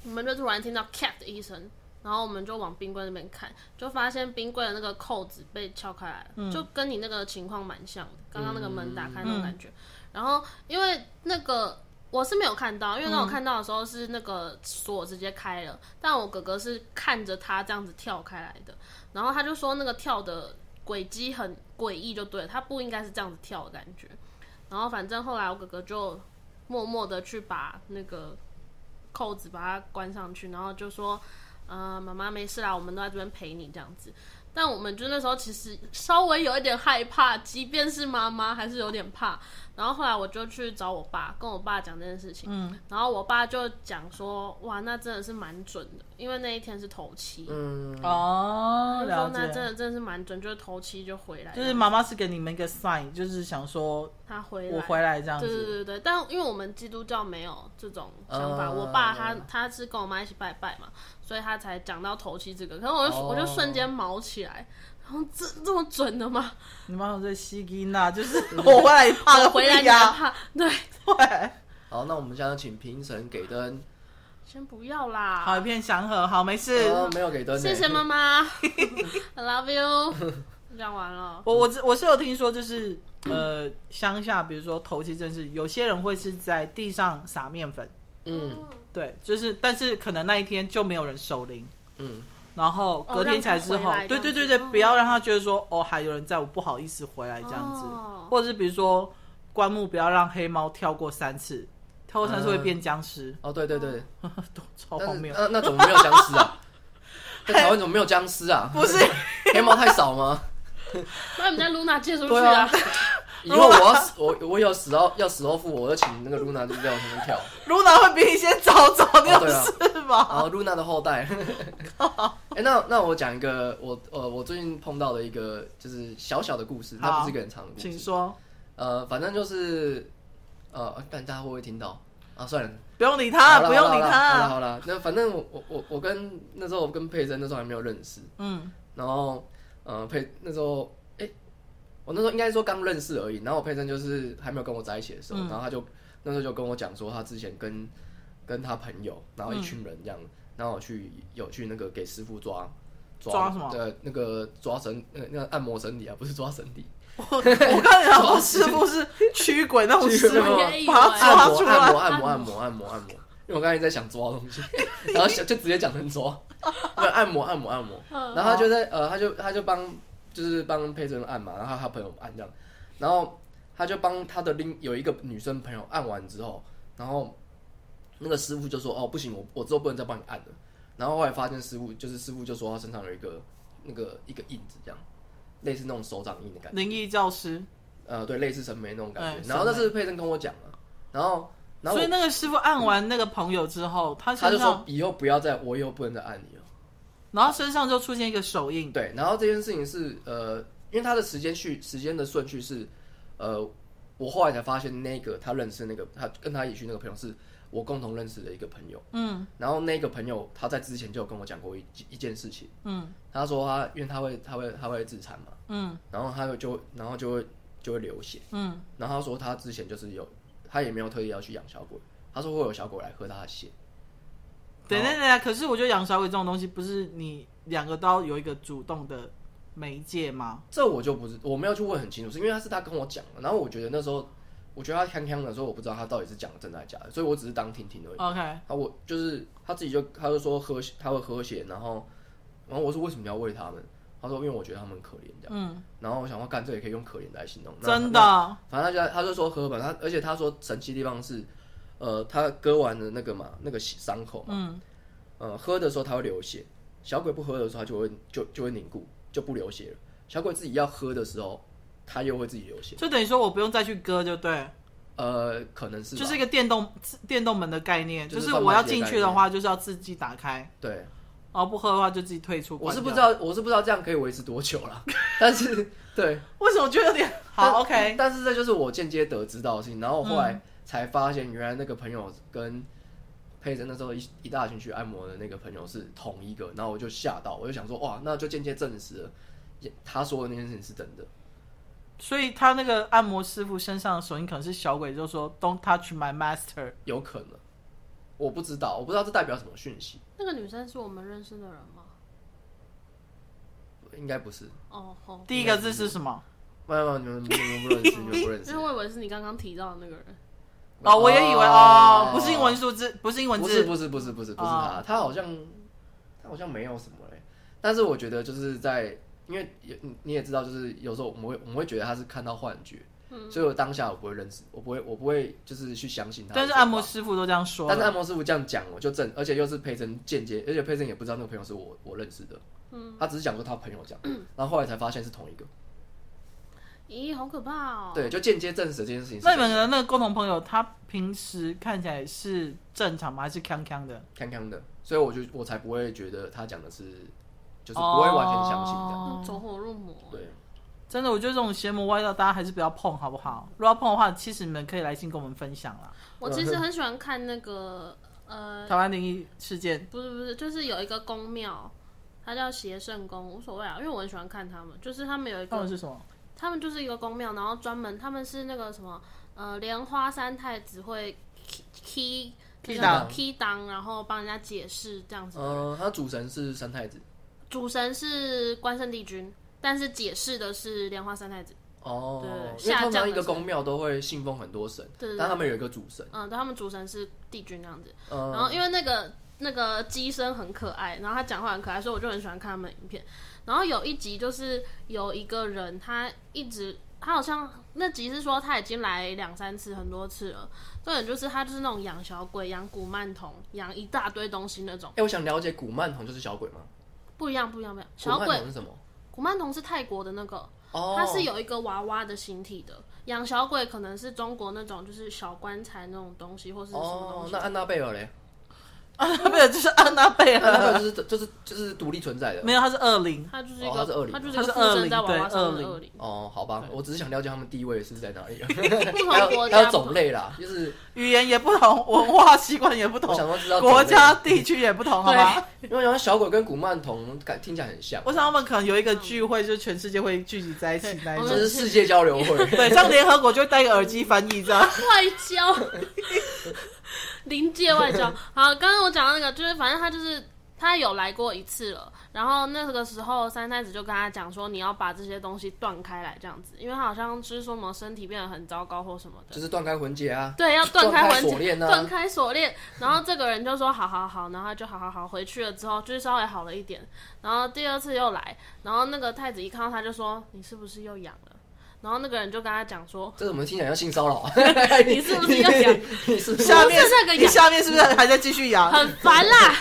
我们就突然听到咔的一声。然后我们就往冰柜那边看，就发现冰柜的那个扣子被撬开来了，就跟你那个情况蛮像的，刚刚那个门打开那种感觉。然后因为那个我是没有看到，因为当我看到的时候是那个锁直接开了，但我哥哥是看着他这样子跳开来的，然后他就说那个跳的轨迹很诡异，就对了，他不应该是这样子跳的感觉。然后反正后来我哥哥就默默的去把那个扣子把它关上去，然后就说，呃，妈妈没事啦，我们都在这边陪你这样子。但我们就那时候其实稍微有一点害怕，即便是妈妈还是有点怕。然后后来我就去找我爸，跟我爸讲这件事情。嗯，然后我爸就讲说：“哇，那真的是蛮准的，因为那一天是头七。
嗯，
哦，
他
了
说那真
解。
的真的是蛮准，就是头七就回来了，
就是妈妈是给你们一个 sign，就是想说
他回来。
我回来这样
对对对
子。
对，但因为我们基督教没有这种想法，
嗯
我爸他他是跟我妈一起拜拜嘛，所以他才讲到头七这个，可是我就、
哦
我就瞬间毛起来，然后这这么准的吗？
你妈妈在吸金呐，就是 我回来怕
我
个
回来
屁
你还
呀，
怕？对，
对，
好，那我们现在请评审给灯，
先不要啦，
好一片祥和，好没事。
哦，没有给灯，
谢谢妈。妈，I love you，讲完了，
我我知我是有听说，就是呃乡下，比如说头七镇是有些人会是在地上撒面粉，
嗯
对，就是但是可能那一天就没有人守灵，
嗯，
然后隔天才之
哦
后，
让他回来
对对对
这
对，
样子
不要让他觉得说哦还有人在，我不好意思回来这样子，
哦
或者是比如说棺木不要让黑猫跳过三次，跳过三次会变僵尸，
哦，对对对，
都超
但
荒
是
谬。
那那怎么没有僵尸 啊？在台湾怎么没有僵尸啊？
不是
黑猫太少 吗？
把你们家露娜借出去
对啊
啊，
以后我要死，我我有死到要死到付，我就请那个露娜就在我旁边跳，
露娜会比你先早走，你有
对啊
事
然
吗？
后露娜的后代。 哎、那那我讲一个我呃我最近碰到的一个就是小小的故事，那
好
不是一个很长的故
请
事。
说，
呃，反正就是呃，但大家会不会听到啊？算了，
不用理他，
好啦
不用理
好了
他。
好了，那反正我我我我跟那时候我跟佩珍那时候还没有认识，
嗯，
然后呃佩那时候哎、我那时候应该说刚认识而已，然后我佩珍就是还没有跟我在一起的时候，
嗯
然后他就那时候就跟我讲说他之前跟跟他朋友，然后一群人这
嗯
样，然后我去有去那个给师傅抓。
抓什么
对，那个抓身，呃，那个按摩身体啊，不是抓身体，
我我刚才 想说师傅是驱鬼那种师
驱
傅
鬼，
把他抓
按摩，
出
按摩，
来。
按摩，按摩，按摩，按摩。因为我刚才在想抓东西，然后想就直接讲成抓，没有按摩，按摩，按摩。
嗯
然后他就在呃，他就他就帮就是帮佩珍按嘛，然后他朋友按这样，然后他就帮他的另有一个女生朋友按完之后，然后那个师傅就说：“哦，不行，我我之后不能再帮你按了。”然后后来发现师傅就是师傅就说他身上有一个那个一个印子这样，类似那种手掌印的感觉。
灵异教师，
呃，对，类似审美那种感
嗯
觉。然后那
审
是佩珍跟我讲了，然后然后
所以那个师傅按完那个朋友之后，他
他就
身
说
上，
以后不要再，我以后不能再按你了。
然后身上就出现一个手印。
对，然后这件事情是呃，因为他的时间序时间的顺序是呃，我后来才发现那个他认识那个他跟他一起去那个朋友是我共同认识的一个朋友，
嗯
然后那个朋友他在之前就有跟我讲过一一件事情，
嗯
他说他因为他会他会他会自残嘛，
嗯
然后他就然后就会就会流血。
嗯，
然后他说他之前就是有，他也没有特意要去养小鬼，他说会有小鬼来喝他的血。
等等等等，可是我觉得养小鬼这种东西，不是你两个都要有一个主动的媒介吗？
这我就不是我没有去问很清楚，是因为他是他跟我讲的，然后我觉得那时候我觉得他锵锵的时候，我不知道他到底是讲的真的还是假的，所以我只是当听听而已。
OK，
啊，我就是他自己就他就说喝他会喝血，然后然后我说为什么你要喂他们？他说因为我觉得他们很可怜这样。
嗯，
然后我想说干这也可以用可怜来形容，那
真的，
反正他就他就说喝吧，他而且他说神奇的地方是，呃，他割完的那个嘛，那个伤口嘛，
嗯
呃，喝的时候它会流血，小鬼不喝的时候它就会就就会凝固，就不流血了。小鬼自己要喝的时候，它又会自己流血。
就等于说我不用再去割，就对，
呃，可能是吧
就是一个电动电动门的概念，
就
就是是
贩卖
我要
机的
进
概
去的
念
话，就是要自己打开，
对，
然后不喝的话就自己退出。
我是
关
不知
掉
道，我是不知道这样可以维持多久啦。 但是对，
为什么觉得 有点
但
好，OK，嗯
但是这就是我间接得知到的事情，然后后来才发现，原来那个朋友跟佩珍那时候一一大群去按摩的那个朋友是同一个，然后我就吓到，我就想说，哇，那就间接证实了，也他说的那件事情是真的。
所以他那个按摩师傅身上的手印可能是小鬼，就说 Don't touch my master。
有可能，我不知道，我不知道这代表什么讯息，
那个女生是我们认识的人吗？
应该不是。
哦吼，
第一个字是什么？
没有没有，你们你们不认识，你们不认识
因为。我以为是你刚刚提到的那个人。
哦，我也以为哦，不是英文数字，不是英文
不
字
是，不是不是不是不是
哦
他，他好像他好像没有什么嘞。但是我觉得就是在，因为也你你也知道，就是有时候我们会我们会觉得他是看到幻觉，
嗯
所以我当下我不会认识，我不会，我不会就是去相信他。
但是按摩，师傅都这样说
但是
了，
按摩师傅这样讲，我就正，而且又是佩珍间接，而且佩珍也不知道那个朋友是我我认识的，
嗯
他只是讲说他朋友讲， 然后后来才发现是同一个，
咦，好可怕哦！
对，就间接证实了这件事情是
那你们的那个共同朋友，他平时看起来是正常吗？还是康康的？
康康的，所以我就我才不会觉得他讲的是，就是不会完全相信的，
哦
走火入魔。
对。
真的，我觉得这种邪魔歪道，大家还是不要碰，好不好？如果要碰的话，其实你们可以来信跟我们分享啦。
我其实很喜欢看那个
嗯
呃，
台湾灵异事件，
不是不是，就是有一个宫庙，它叫邪圣宫，无所谓啊，因为我很喜欢看他们，就是他们有一
到
个
底是什么？
他们就是一个宫庙，然后专门他们是那个什么呃莲花三太子会 key
key
档
key 档，然后帮人家解释这样子。
嗯，他主神是三太子
主神是关圣帝君，但是解释的是莲花三太子。
哦
对，
因
下
为通
降
常
的
一个
神
宫庙都会信奉很多神，
对对对
但他们有一个主神，
嗯，对，他们主神是帝君那样子。
嗯，
然后因为那个那个机身很可爱，然后他讲话很可爱，所以我就很喜欢看他们影片。然后有一集就是有一个人，他一直他好像那集是说他已经来两三次很多次了，重点就是他就是那种养小鬼、养古曼童、养一大堆东西那种，
哎、我想了解古曼童就是小鬼吗？
不一样不一样不一样。小
古曼
鬼
童是什么？
古曼童是泰国的那个，
哦，
它是有一个娃娃的形体的。养小鬼可能是中国那种就是小棺材那种东西，或是什么东
哦，
西。
那安娜贝尔 嘞？
安娜贝尔就是安娜贝
安娜贝
尔，
尔就是就是就是独立存在的。
没有，他是恶灵。
它就是一
哦
个，
它是恶灵
它就是一个
它是
附
恶
身
灵
在娃娃上
对
面的
恶
恶
灵
灵。
哦，好吧，我只是想了解他们地位是在哪 里，
不
还
同
有
国
还有
家
种类啦，就是
语言也不同，文化习惯也不
我
同，
想要知道种类
国家，地区也不同，好吧？
因为我想说小鬼跟古曼童感听起来很像，
我想他们可能有一个聚会，就是全世界会聚集在一起那一
我
这
们
种。
是世界交流会。
对，像联合国就会戴个耳机翻译这样。
外交， 临界外 交。好，刚刚我讲到那个，就是反正他就是他有来过一次了，然后那个时候三太子就跟他讲说，你要把这些东西断开来，这样子，因为他好像就是说什么身体变得很糟糕或什么的
就。是断开魂结啊，
对，要断开环
断开锁链啊
断开锁链。然后这个人就说好好好，然后他就好好好回去了之后，就是稍微好了一点。然后第二次又来，然后那个太子一看到他就说你是不是又痒了？然后那个人就跟他讲说
这怎么听起来像性骚扰啊？
你是不是又痒？
你是不是
下面
不是那个
你下面是不是还在继续养？
很烦啦。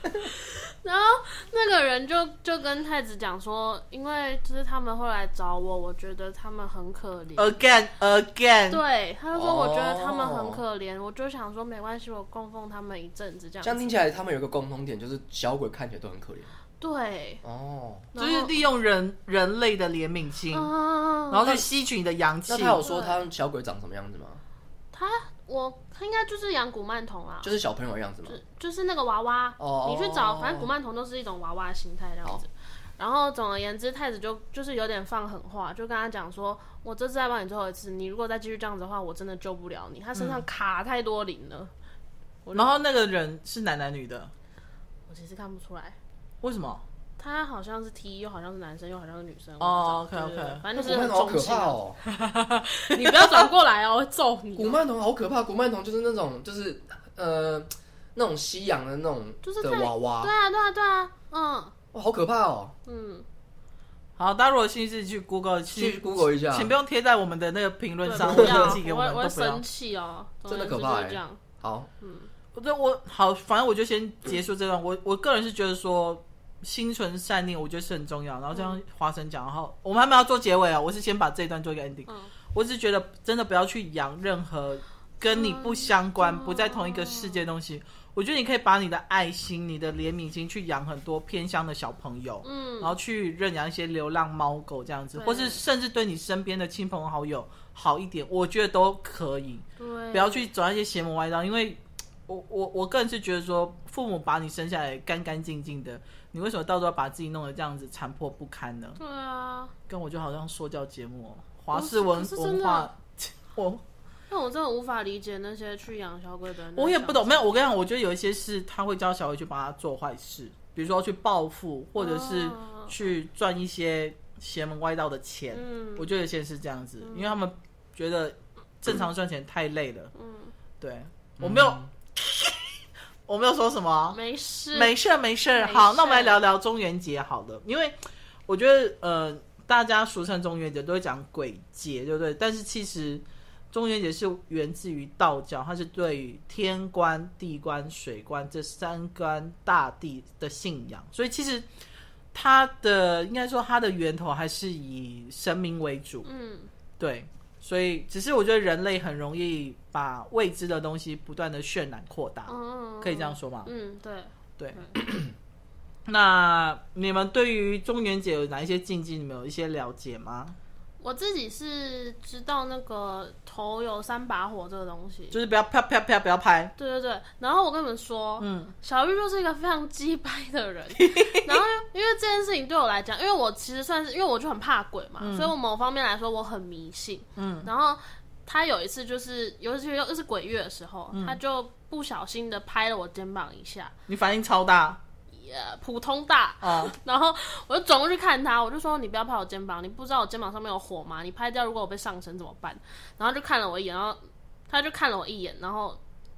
然后那个人就就跟太子讲说，因为就是他们会来找我，我觉得他们很可怜。
Again, again，
对，他就说我觉得他们
哦
很可怜，我就想说没关系，我供奉他们一阵子这
这样
样子。
听起来他们有个共同点，就是小鬼看起来都很可怜。
对，
哦，
然
就
后
是利用人人类的怜悯心，
嗯，
然后去吸取你的阳气
那。他有说他小鬼长什么样子吗？
他我他应该就是养古曼童啦，啊
就是小朋友的样子吗
就？就是那个娃娃，
哦
你去找，反正古曼童都是一种娃娃的形态这样子。然后总而言之，太子就就是有点放狠话，就跟他讲说：“我这次再帮你最后一次，你如果再继续这样子的话，我真的救不了你。他身上卡太多灵了，
嗯
然后那个人是男男女的，
我其实看不出来。
为什么？
他好像是 T，又好像是男生，又好像是女生。
哦
我不知道
OK，OK
对对对反
那
正就是
古曼
很
童好
中
可
性
怕。 哦！
你不要转过来哦，我会揍你
古
哦。
曼童好可怕，古曼童就是那种就是呃那种西洋的那种
就是
的
太
娃娃
对，啊，对啊，对啊，嗯
哇，好可怕哦！
嗯，
好，大家如果有兴趣去 Google
去 Google 一下
请不用贴在我们的那个评论
对
上，
不
或
要，
者寄给
我
们
会
都
会
不要
生。气哦。
真的
总而言之
可怕
就是
欸
这样。
好，
我对我好，反正我就先结束这段。我我个人是觉得说，心存善念，我觉得是很重要。然后这样花生讲，然后我们还没有要做结尾啊，我是先把这一段做一个 ending。
嗯
我只是觉得真的不要去养任何跟你不相关、
嗯
不在同一个世界的东西。我觉得你可以把你的爱心、你的怜悯心去养很多偏乡的小朋友，
嗯
然后去认养一些流浪猫狗这样子，或是甚至对你身边的亲朋好友好一点，我觉得都可以。
对，
不要去走那些邪魔歪道，因为我我我个人是觉得说，父母把你生下来干干净净的，你为什么到时候把自己弄得这样子残破不堪呢？
对啊，
跟我就好像说教节目哦，华
不
氏
是
文
可是真
文
的啊
化，我
但我真的无法理解那些去养小鬼的人。
我也不懂。没有，我跟你讲，我觉得有一些事他会教小孩去帮他做坏事，比如说去报复，或者是
哦
去赚一些邪门歪道的钱。
嗯
我觉得有些人是这样子，因为他们觉得正常赚钱太累了。
嗯，
对我没有，
嗯
我没有说什么啊、
没事，
没事儿没事儿，
没
好，那我们来
事
聊聊中元节好了，因为我觉得呃，大家俗称中元节都会讲鬼节，对不对？但是其实中元节是源自于道教，它是对于天官、地官、水官这三官大帝的信仰，所以其实它的应该说它的源头还是以神明为主。
嗯，
对，所以只是我觉得人类很容易把未知的东西不断的渲染扩大，
哦
可以这样说吗？
嗯，对，
对。那你们对于中元节有哪一些禁忌？你们有一些了解吗？
我自己是知道那个头有三把火这个东西。
就是不要啪啪啪，不要拍。
对对对，然后我跟你们说，
嗯，
小玉就是一个非常鸡掰的人。然后因为这件事情对我来讲，因为我其实算是因为我就很怕鬼嘛，所以我某方面来说我很迷信。嗯，然后他有一次就是，尤其又是鬼月的时候，他就不小心的拍了我肩膀一下，
你反应超大
呃，普通大。
哦，
然后我就转过去看他，我就说：“你不要拍我肩膀，你不知道我肩膀上面有火吗？你拍掉，如果我被上身怎么办？”然后就看了我一眼，然后他就看了我一眼，然后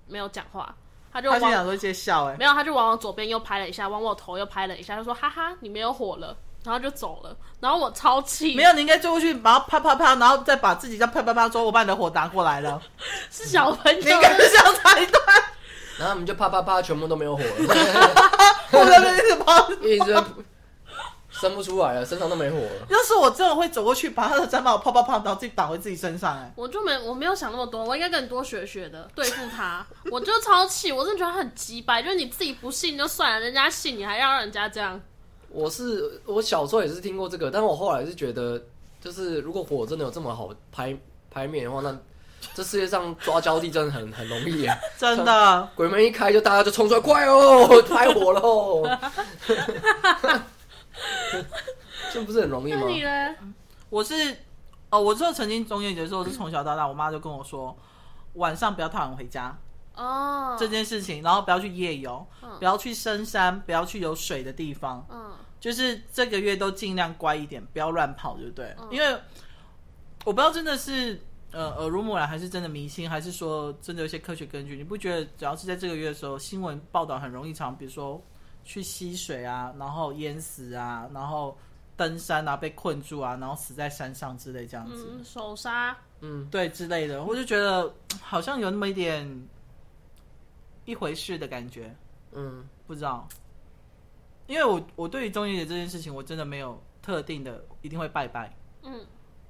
没有讲话，他就
他
往
心想说些笑哎、
没有，他就往我左边又拍了一下，往我头又拍了一下，就说：“哈哈，你没有火了。”然后就走了。然后我超气，
没有，你应该追过去，然后啪啪啪，然后再把自己再啪啪啪，说我把你的火拿过来了。
是小朋
你应
友，
该是这样才 对，
然后他们就啪啪啪，全部都没有火了，
我在那边一直跑。
一直 生不出来了，身上都没火了。
要是我真的会走过去，把他的毡把我啪啪啪，然后自己打回自己身上哎、
我就没我没有想那么多，我应该跟你多学学的对付他。我就超气，我真的觉得他很鸡掰，就是你自己不信就算了，人家信你还让人家这样。
我是我小时候也是听过这个，但我后来是觉得，就是如果火真的有这么好拍拍面的话，那这世界上抓交替真的很很容易耶。
真的。
鬼门一开就大家就冲出来，快哦， 拍火喽！ 这不是很容易
那
吗？
你呢？
我是哦，我就曾经中元节的时候，我是从小到大，我妈就跟我说，晚上不要太晚回家
哦，
这件事情，然后不要去夜游，
嗯
不要去深山，不要去有水的地方，
嗯
就是这个月都尽量乖一点，不要乱跑，对不对？
嗯
因为我不知道真的是呃耳濡目染，还是真的迷信，还是说真的有一些科学根据？你不觉得只要是在这个月的时候，新闻报道很容易常，比如说去溪水啊，然后淹死啊，然后登山啊被困住啊，然后死在山上之类这样子，
嗯，手刹，
嗯，
对之类的，我就觉得好像有那么一点一回事的感觉。
嗯，
不知道，因为我我对于中元节这件事情，我真的没有特定的一定会拜拜。
嗯，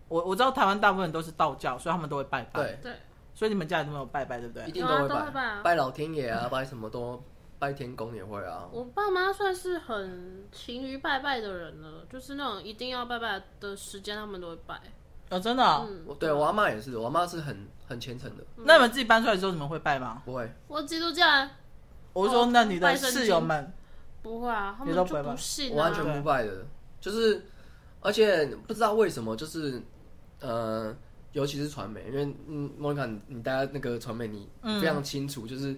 我我知道台湾大部分都是道教，所以他们都会拜拜。
对，
对，
所以你们家里都没有拜拜，对不
一
对？
定
有
都
啊
会
都会拜
拜
啊，
拜老天爷啊，拜什么都，拜天公也会啊。
我爸妈算是很勤于拜拜的人了，就是那种一定要拜拜的时间，他们都会拜。
哦，真的啊、
嗯，
我对我阿妈也是，我阿妈是很很虔诚的，
那你们自己搬出来之后，你们会拜吗？
不会。
我基督教人
我是说，那你的
哦拜圣经
室友们，
不会啊，他
你
们
都
就
不会拜
不信
我完
啊。
全不拜的，就是而且不知道为什么，就是呃，尤其是传媒，因为嗯，莫妮卡，你你待在那个传媒，你
嗯
非常清楚，就是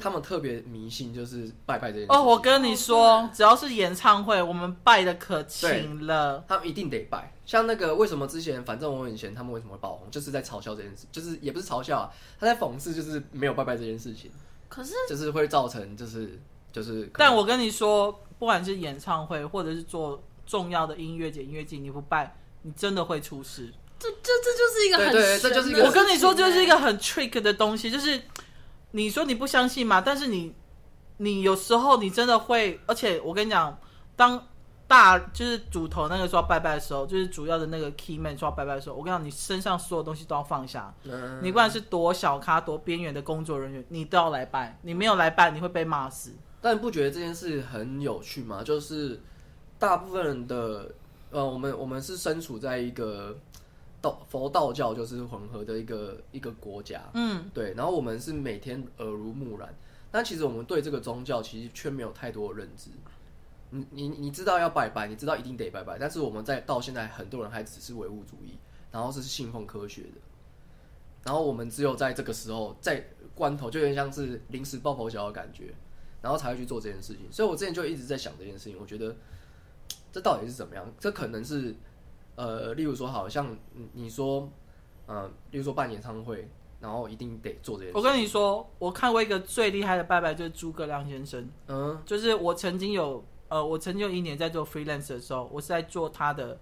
他们特别迷信，就是拜拜这件事情。
哦，我跟你说，只要是演唱会，我们拜的可勤了。
他们一定得拜，像那个为什么之前，反正我以前他们为什么会爆红，就是在嘲笑这件事，就是也不是嘲笑啊，他在讽刺，就是没有拜拜这件事情，
可是
就是会造成就是就是可能，
但我跟你说，不管是演唱会，或者是做重要的音乐节、音乐季，你不拜，你真的会出事。
这这这就是一个很
对对这就是一个
我跟你说，这
就是
一个很 trick 的东西，就是你说你不相信嘛，但是你你有时候你真的会，而且我跟你讲，当大就是主头那个说要拜拜的时候，就是主要的那个 key man 说要拜拜的时候，我跟你讲，你身上所有东西都要放下，
嗯
你不管是多小咖、多边缘的工作人员，你都要来拜，你没有来拜，你会被骂死。
但不觉得这件事很有趣吗？就是大部分人的呃，我们我们是身处在一个道佛道教就是混合的一个一个国家，
嗯，
对，然后我们是每天耳濡目染，但其实我们对这个宗教其实却没有太多的认知。你你你知道要拜拜，你知道一定得拜拜，但是我们在到现在，很多人还只是唯物主义，然后是信奉科学的，然后我们只有在这个时候，在关头，就有点像是临时抱佛脚的感觉，然后才会去做这件事情。所以我之前就一直在想这件事情，我觉得这到底是怎么样？这可能是呃，例如说，好像你你说，呃，例如说办演唱会，然后一定得做这件事。
我跟你说，我看过一个最厉害的拜拜，就是诸葛亮先生。
嗯，
就是我曾经有呃，我曾经有一年在做 freelance 的时候，我是在做他的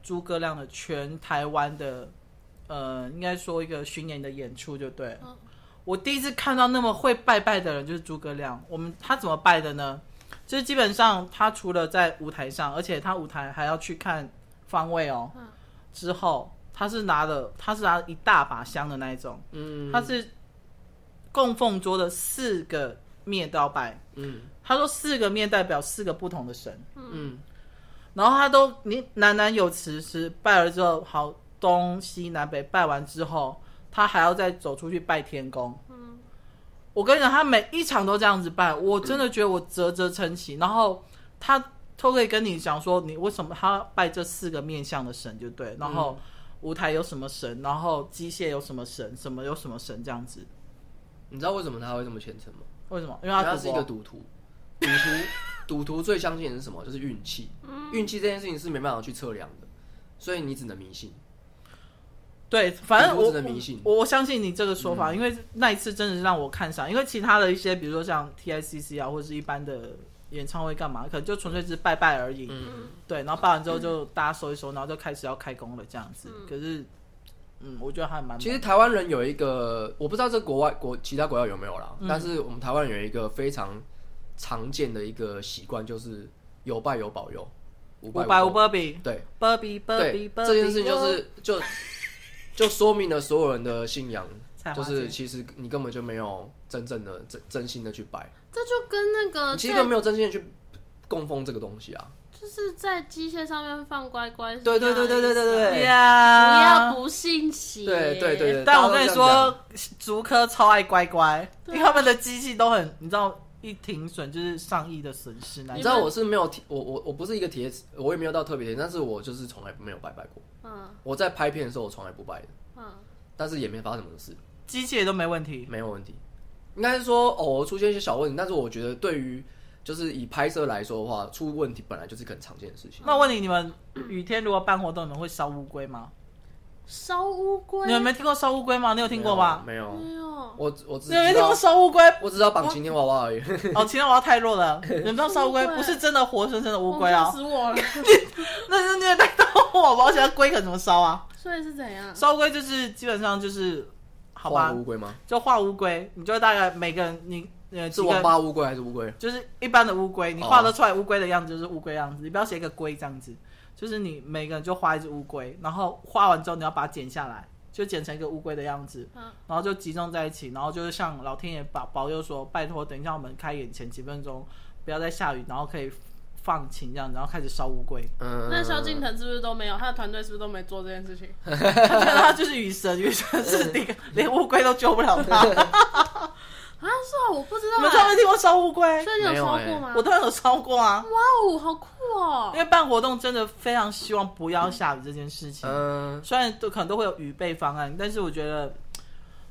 诸葛亮的全台湾的，呃，应该说一个巡演的演出就对了。我第一次看到那么会拜拜的人就是诸葛亮。我们他怎么拜的呢？就是基本上他除了在舞台上，而且他舞台还要去看方位哦。之后他是拿了，他是拿一大把香的那一种，
嗯
他是供奉桌的四个面都要拜。
嗯
他说四个面代表四个不同的神，
嗯
然后他都你喃喃有词是拜了之后，好东西南北拜完之后，他还要再走出去拜天公。我跟你讲，他每一场都这样子拜，我真的觉得我啧啧称奇。然后他都可以跟你讲说，你为什么他拜这四个面向的神就对，然后舞台有什么神，然后机械有什么神，什么有什么神这样子。
你知道为什么他会这么虔诚吗？
为什么？因
因
为
为
他
他
赌
是一个
博，啊
赌啊徒，赌徒 赌徒最相信的是什么？就是运气。运气这件事情是没办法去测量的，所以你只能迷信。
对，反正
赌徒
我
只能迷信嗯
我我相信你这个说法，因为那一次真的是让我看上，因为其他的一些，比如说像 TICC 啊，或者是一般的演唱会干嘛，可能就纯粹只是拜拜而已。
嗯，
对，然后拜完之后就大家收一收，然后就开始要开工了这样子。可是，嗯，我觉得还蛮
其实台湾人有一个，我不知道这国外国其他国家有没有啦，但是我们台湾人有一个非常常见的一个习惯，就是有拜有保佑，无
五
拜
百
无
五
保。
波比
对
波比波比
对，
波比，
这件事情就是就就说明了所有人的信 仰
菜，
就
花节
是其实你根本就没有真正的真真心的去拜，
这就跟那个
呃
你其实
在
根本没有真心的去供奉这个东西啊。
就是在机械上面放乖乖是一样的
对
意思啊。
对对对对对对
不
呀
要。不信邪。
对对对对
但我跟你
大家都
说，竹科超爱乖乖，
啊
因为他们的机器都很，你知道，一停损就是上亿的损失那
你
一
知道我是没有铁，我我我不是一个铁齿，我也没有到特别铁，但是我就是从来没有拜拜过。
嗯
我在拍片的时候，我从来不拜的，
嗯
但是也没发生什么事，
机器也都没问题。
没有问题。应该是说偶尔出现一些小问题，但是我觉得对于就是以拍摄来说的话，出问题本来就是一个很常见的事情。
那我问你，你们雨天如果办活动，你们会烧乌龟吗？
烧乌龟
你们没听过烧乌龟吗？你有听过吗？
没有，
没有？
我我只
你们没
知
听过
道
烧乌龟？
我只知道绑晴天娃娃而已。
哦，其实我要太弱 了。你们知道烧乌龟
乌龟
不是真的活生生的乌
我
龟
吓
啊？
死我了！
那是虐待动物吧？而且它龟可怎么烧啊？
所以是怎样？
烧乌龟就是基本上就是， 好
画
吧
乌，龟吗？
就画乌龟，你就大概每个人你呃
是
几
王
个
八乌龟还是乌龟？
就是一般的乌龟，你画得出来乌龟的样子就是乌龟样子，你不要写一个龟这样子，就是你每个人就画一只乌龟，然后画完之后你要把它剪下来，就剪成一个乌龟的样子，
嗯
然后就集中在一起，然后就是向老天爷保保佑说，拜托等一下我们开演前几分钟不要再下雨，然后可以放晴这样，然后开始烧乌龟，
嗯，
那萧敬腾是不是都没有？他的团队是不是都没做这件事情？
他觉得他就是雨神，雨神是那个连乌龟都救不了他，
啊，是啊，我不知
你
道
们都
啊。
没听过烧乌龟？
所以你有烧过吗？
我当然有烧过啊。
哇哦，好酷哦
因！为办活动真的非常希望不要下雨这件事情，
嗯，
虽然都可能都会有预备方案，但是我觉得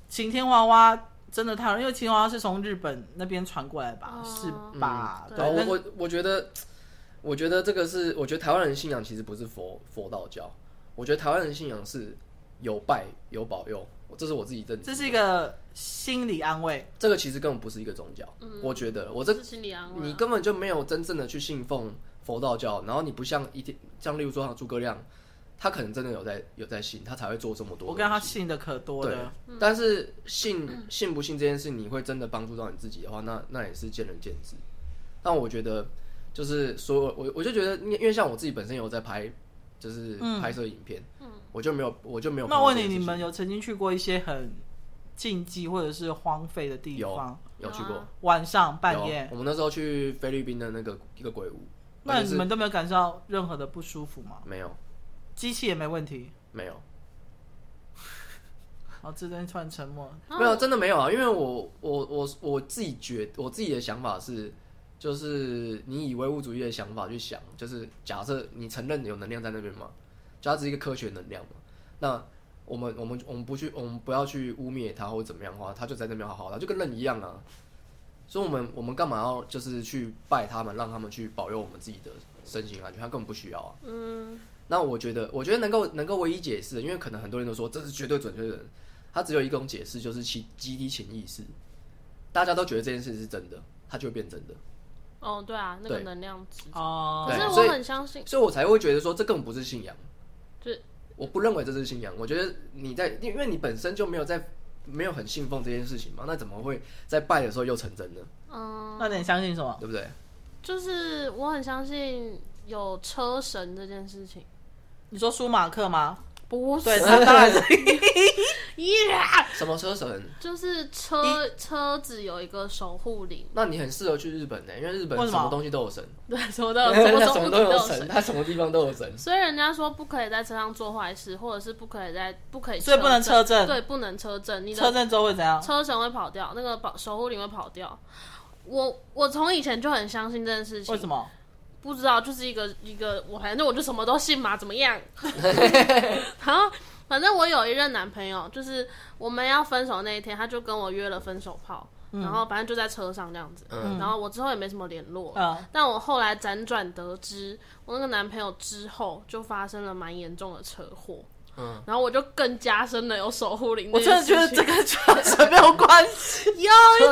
晴天娃娃真的太，因为晴天娃娃是从日本那边传过来吧，
哦
是吧？
嗯
对，
然后
但是
我我我觉得，我觉得这个是，我觉得台湾人信仰其实不是佛佛道教，我觉得台湾人信仰是有拜有保佑，这是我自己认知。
这是一个心理安慰。
这个其实根本不是一个宗教，
嗯
我觉得我这
是心理安慰啊。
你根本就没有真正的去信奉佛道教，然后你不像一天像例如说像诸葛亮，他可能真的有在有在信，他才会做这么多。
我跟他信的可多
对
了，，
但是信信不信这件事，你会真的帮助到你自己的话，那那也是见仁见智。但我觉得，就是所有我我就觉得，因为因为像我自己本身有在拍，就是
嗯
拍摄影片，我就没有我就没有碰
那
到
我
这
问
件
你，
事情。
你们有曾经去过一些很禁忌或者是荒废的地方？
有去
有
过
啊
晚上半
有
夜，
我们那时候去菲律宾的那个一个鬼屋，
那
就
你
是
们都没有感受到任何的不舒服吗？
没有
机器也没问题。
没有
哦，这边突然沉默了。
啊
没有，真的没有啊！因为我我我我自己觉我自己的想法是，就是你以唯物主义的想法去想，就是假设你承认有能量在那边嘛，就它只是一个科学能量嘛。那我们我们我们不去，我们不要去污蔑它或者怎么样的话，它就在那边好好的，就跟人一样啊。所以我们我们干嘛要就是去拜他们，让他们去保佑我们自己的身心安全？他根本不需要啊。
嗯，
那我觉得，我觉得能够能够唯一解释的，因为可能很多人都说这是绝对准确的，它只有一种解释，就是其集体潜意识，大家都觉得这件事是真的，它就会变真的，
哦，对啊，那个
对
能量值。
哦
可
对
是
所
我
以
很相信，
所以我才会觉得说这根本不是信仰，我不认为这是信仰，我觉得你在，因为你本身就没有在，没有很信奉这件事情嘛，那怎么会在拜的时候又成真呢？
嗯，
那你相信什么？
对不对？
就是我很相信有车神这件事情，
你说舒马克吗？
不
对，
是，
他当然是
Yeah！
什么车神？
就是车车子有一个守护灵，
那你很适合去日本呢、因为日本
为什
什
么
么东西都 有神，
对，什么都有，什么
他
东
什么
西
都有
神
神，。他什么地方都有 神。
所以人家说不可以在车上做坏事，或者是不可以在不可以，
所以不能车震
对，不能车震，你的
车震之后会怎样？
车神会跑掉，那个保守护灵会跑掉。我我从以前就很相信这件事情，
为什？么？
不知道，就是一个一个，我反正我就什么都信嘛，怎么样？ 然后反正我有一任男朋友，就是我们要分手那一天，他就跟我约了分手炮，
嗯
然后反正就在车上这样子，
嗯
然后我之后也没什么联络。
嗯，
但我后来辗转得知，我那个男朋友之后就发生了蛮严重的车祸，
嗯，
然后我就更加深了有守护灵
我
这
真
件
的
事情。
觉得这跟车神没 有关系。
有一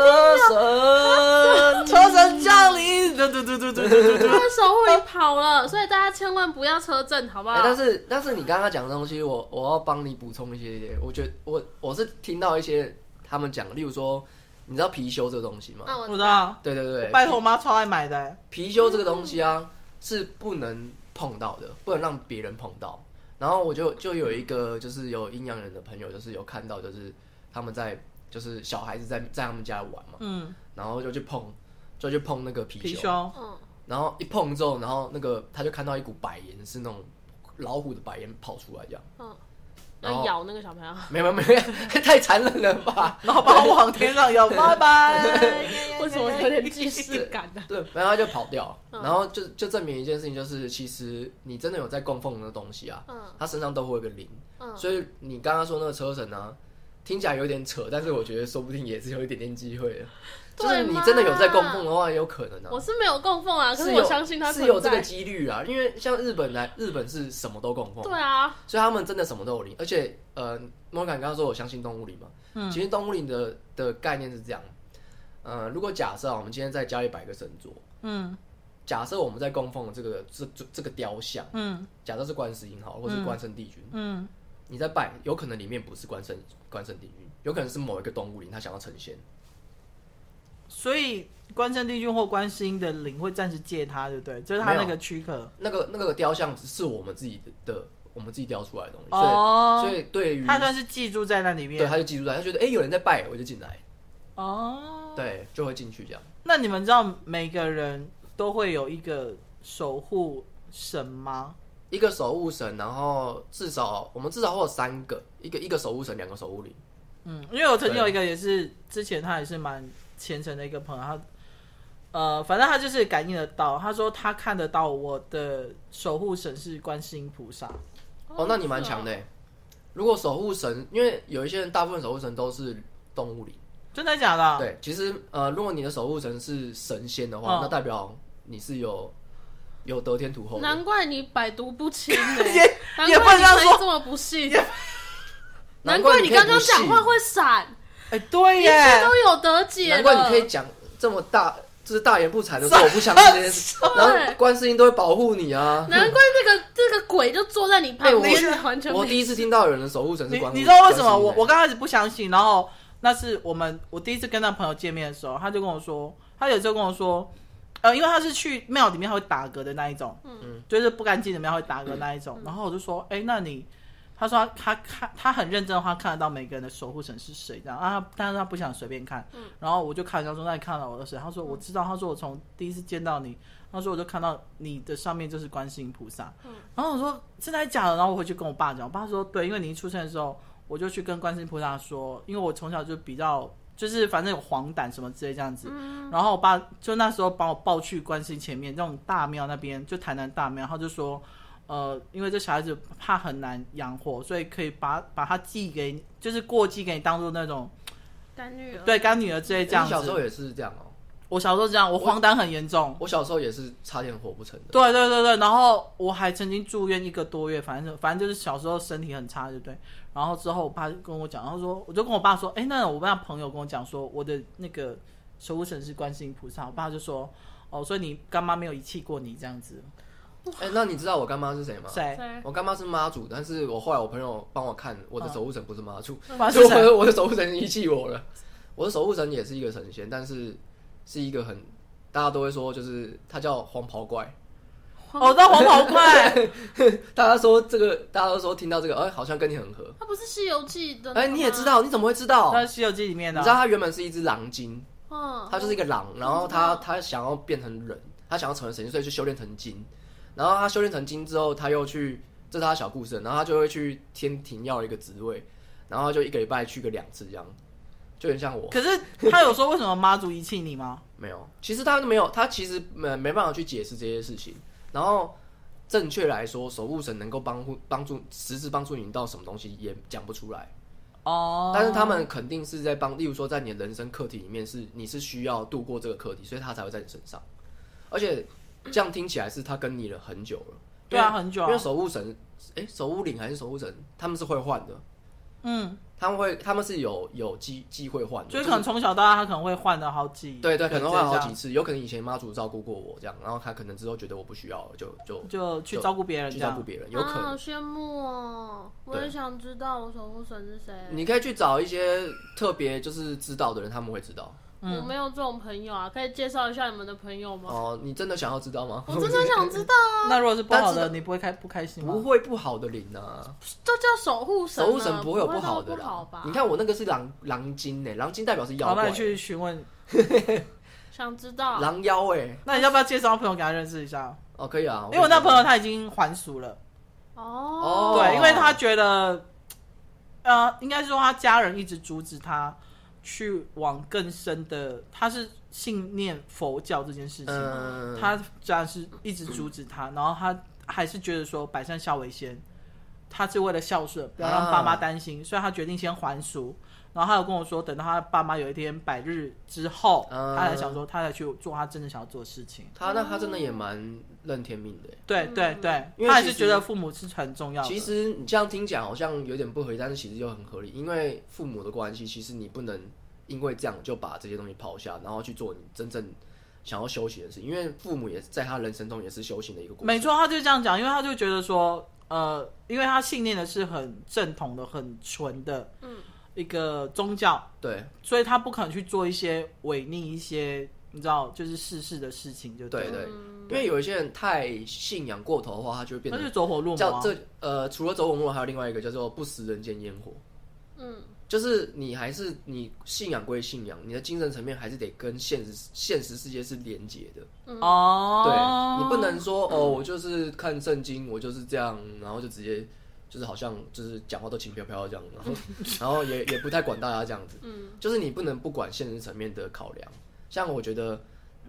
车神，
车神降临，嘟嘟嘟嘟嘟嘟嘟。
那守护灵跑了，所以大家千万不要车震，好不好？
欸但是但是你刚刚讲的东西，我我要帮你补充一些我觉得我我是听到一些他们讲，例如说，你知道貔貅这个东西吗？
那我
我知道，
对对对，
拜托嗯我妈超爱买的欸。
貔貅这个东西啊，是不能碰到的，不能让别人碰到。然后我就就有一个就是有阴阳人的朋友，就是有看到就是他们在就是小孩子在在他们家玩嘛，
嗯，
然后就去碰，就去碰那个貔
貔
貅，
貅。
嗯，
然后一碰之后，然后那个他就看到一股白烟，是那种老虎的白烟跑出来这样，然
要
后
咬那个小朋友。
没有没有，没有太残忍了 吧？
然后把我往天上 摇，拜拜。哎
为什么有点既视感呢、
对，然后他就跑掉，
嗯
然后就就证明一件事情，就是其实你真的有在供奉那东西啊，
嗯
他身上都会有一个灵。
嗯，
所以你刚刚说那个车神啊，听起来有点扯，但是我觉得说不定也是有一点点机会的。就
对
是
嘛
你真的有在供奉的话，有可能
我
啊。
是没有供奉啊，可
是
我
有
相信他
是有这个几率啊，因为像日本来，日本是什么都供奉，
对啊，
所以他们真的什么都有灵。而且呃，莫敢刚刚说我相信动物灵嘛，
嗯
其实动物灵的的概念是这样，呃，如果假设啊我们今天在家里摆个神桌，
嗯
假设我们在供奉的这个这这这个雕像，
嗯
假设是观世音好，或是关圣帝君，
嗯，
你在拜，有可能里面不是关圣关圣帝君，有可能是某一个动物灵，他想要成仙。
所以关圣帝君或观世音的灵会暂时借他，对不对？就是他那
没
个
有
躯壳。
那个那个雕像是我们自己的的我们自己雕出来的东西，所以、
哦
所，以对于
他算是寄住在那里
对
面。
他就记住来，他觉得哎、诶有人在拜，我就进来，
哦，
对，就会进去这样。
那你们知道每个人都会有一个守护神吗？
一个守护神，然后至少我们至少会有三个，一个一个守护神，两个守护灵。
嗯，因为我曾经有一个也是之前他也是蛮虔诚的一个朋友，他呃，反正他就是感应得到，他说他看得到我的守护神是观世音菩萨。
哦，那
啊
你蛮强的。诶。如果守护神，因为有一些人大部分守护神都是动物灵，
真的假的啊？
对，其实呃，如果你的守护神是神仙的话，
嗯
那代表你是有有得天独厚的。
哦难怪你百毒不侵呢、 难
也不
怪你
能这样
声音
说
这么不信，
难
难
怪
怪
你
你
可以
刚
不信
刚讲话会闪，
哎、对
一
耶，
切都有得解了。
难怪你可以讲这么大，就是大言不惭的说我不相信这件事，然后观世音都会保护你啊。
难怪这个这个鬼就坐在你旁
哎我
边，你完全
我
没
第一次听到有人的守护神是
你
观世
你
音
知道为什么我我
观世音
刚开始不相信，然后那是我们我第一次跟那朋友见面的时候，他就跟我说，他有时候跟我说，呃，因为他是去庙里面他会打嗝的那一种，嗯，就是不干净的庙会打嗝那一种，然后我就说，哎、那你。他说他他看他很认真的话，看得到每个人的守护神是谁，这样啊，但是他不想随便看。然后我就看，他说那你看到我的谁？他说我知道，他说我从第一次见到你，他说我就看到你的上面就是观世音菩萨。然后我说真的还假的？然后我回去跟我爸讲，我爸说对，因为你一出生的时候，我就去跟观世音菩萨说，因为我从小就比较就是反正有黄疸什么之类这样子。然后我爸就那时候把我抱去观世音前面那种大庙那边，就台南大庙，他就说。呃，因为这小孩子怕很难养活，所以可以把把他寄给你，就是过继给你当做那种
干预了。
对干女儿之类这样
哎你小时候
子。
也是这样哦、
我小时候这样，我荒诞很严重。
我小时候也是差点活不成的。
对对对对，然后我还曾经住院一个多月，反正反正就是小时候身体很差，对不对？然后之后我爸就跟我讲，他说我就跟我爸说，哎，那我爸朋友跟我讲说，我的那个守护神是观世音菩萨，我爸就说，哦，所以你干妈没有遗弃过你这样子。
哎、那你知道我干妈是谁吗？
谁？
对，
我干妈是妈祖，但是我后来我朋友帮我看，我的守护神不是哦妈祖，
不然
所
是
以我
谁？
的我的守护神遗弃我了。我的守护神也是一个神仙，但是是一个很大家都会说，就是他叫黄袍怪。
哦，那黄袍怪，
大家说这个，大家都说听到这个，哎、好像跟你很合。
他不是《西游记》的，
哎、你也知，道？你怎么会知道？
他是《西游记》里面
你
的
知道
啊。
他原本是一只狼精，
嗯，
他就是一个狼，然后他他想要变成人，他想要成为神仙，所以去修炼成精。然后他修炼成精之后，他又去，这是他的小故事，然后他就会去天庭要一个职位，然后他就一个礼拜去个两次这样，就很像我。
可是他有说为什么妈祖遗弃你吗？
没有，其实他没有，他其实没没办法去解释这些事情。然后正确来说，守护神能够帮助帮助实质帮助你到什么东西也讲不出来，
哦，
但是他们肯定是在帮，例如说在你的人生课题里面是你是需要度过这个课题，所以他才会在你身上。而且这样听起来是他跟你了很久了，
对啊，
因为
很久
因为
啊。
守护神，哎、守护灵还是守护神，他们是会换的，
嗯，
他们会他们是有有机机会换的，
所
就
以
是
可能从小到大他可能会换了好几，
对对，可能换好
这
几次，有可能以前妈祖照顾过我这样，然后他可能之后觉得我不需要了，就就
样，就去照顾别人
去
这
照顾
样。
别人，有可
啊，
能。
好羡慕哦！我也想知道我守护神是谁。
你可以去找一些特别就是知道的人，他们会知道。
我没有这种朋友啊，可以介绍一下你们的朋友吗？
哦、你真的想要知道吗？
我真的想知道啊，
那如果是不好
但
的，
是
你不会开不开心吗
不？会不好的灵啊，
这叫守护神啊。
守护神
不
会有
不
好
不
的啦。
吧？
你看我那个是狼狼精呢、狼精代表是妖
好，那
怪
你，去询问，
想知道
狼妖哎、
那你要不要介绍朋友给他认识一下？
哦可以啊，
因为我那朋友他已经还俗了，
哦，
哦
对，因为他觉得，呃，应该是说他家人一直阻止他去往更深的，他是信念佛教这件事情，
嗯，
他家人是一直阻止他，然后他还是觉得说百善孝为先，他是为了孝顺，不要
啊
让爸妈担心，所以他决定先还俗。然后他有跟我说，等到他爸妈有一天百日之后，
嗯
他才想说，他才去做他真的想要做的事情。
他那他真的也蛮任天命的欸、
对对对，
因为
他还
其
是
实
觉得父母是很重要的。
其实你这样听讲好像有点不合理，但是其实又很合理，因为父母的关系，其实你不能因为这样就把这些东西抛下，然后去做你真正想要修行的事。因为父母也是在他人生中也是修行的一个过程。
没错，他就这样讲，因为他就觉得说，呃，因为他信念的是很正统的、很纯的，嗯，一个宗教，
对
所以他不可能去做一些违逆一些，你知道，就是世事的事情就
对
了
对，
嗯
因为有一些人太信仰过头的话，他就会变
那就
成
走火入魔
叫
啊。
这呃，除了走火入魔，还有另外一个叫做不食人间烟火。
嗯，
就是你还是你信仰归信仰，你的精神层面还是得跟现实现实世界是连接的。
哦，
对你不能说哦，我就是看圣经，我就是这样，然后就直接就是好像就是讲话都轻飘飘这样，然后 然后也也不太管大家这样子，嗯，就是你不能不管现实层面的考量。像我觉得，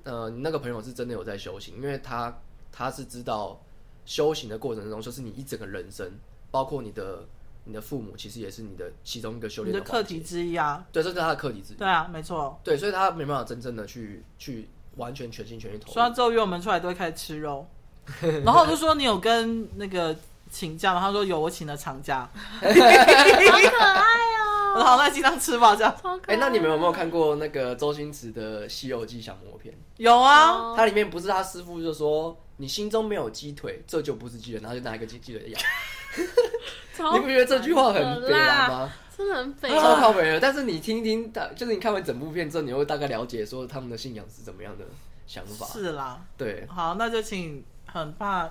呃，你那个朋友是真的有在修行，因为他他是知道修行的过程中，就是你一整个人生，包括你的你的父母，其实也是你的其中一个修
你
炼的
的课
环
题
节，
之一啊。
对，这是他的课题之一，
对啊，没错。
对，所以他没办法真正的去去完全全心全意投入
说。到之后约我们出来都会开始吃肉， 然后我就说你有跟那个请假吗？他说有，我请了长假。
好可爱
啊
哦，
我说好，那尽量吃吧，这样
超可
哎、
爱。
那你们有没有看过那个周星驰的《西游记》降魔篇？
有啊。
哦
它里面不是他师傅就说：“你心中没有鸡腿，这就不是鸡腿。”然后就拿一个鸡鸡腿咬。
超
你不觉得这句话很
可
北蓝
辣？
吗？
真的很肥
超靠北的。但是你听听，大就是你看完整部片之后，你会大概了解说他们的信仰是怎么样的想法。
是啦，
对，
好，那就请很怕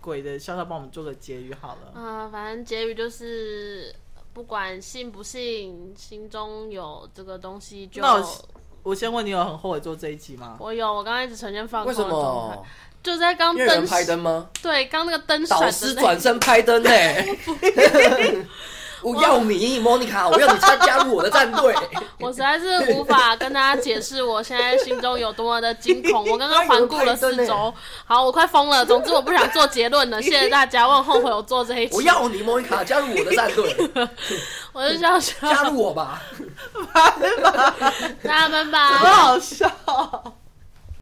鬼的潇潇帮我们做个结语好了。
嗯、反正结语就是，不管信不信，心中有这个东西就。
那我我先问你，有很后悔做这一集吗？
我有，我刚刚一直呈现放空
为什
的状态
么？，
就在刚
因为有人
灯
拍灯吗？
对，刚那个灯闪
导
的
师
那
转身拍 灯呢、我要你，莫妮卡，我要你参加入我的战队。
我实在是无法跟大家解释我现在心中有多么的惊 恐。我刚刚环顾了四周，好，我快疯了。总之我不想做结论了，谢谢大家。我很后悔我做这一集，
我要你，莫妮卡，加入我的战队。
我就想
加
说，
入我吧。
大家拜拜。
很好笑。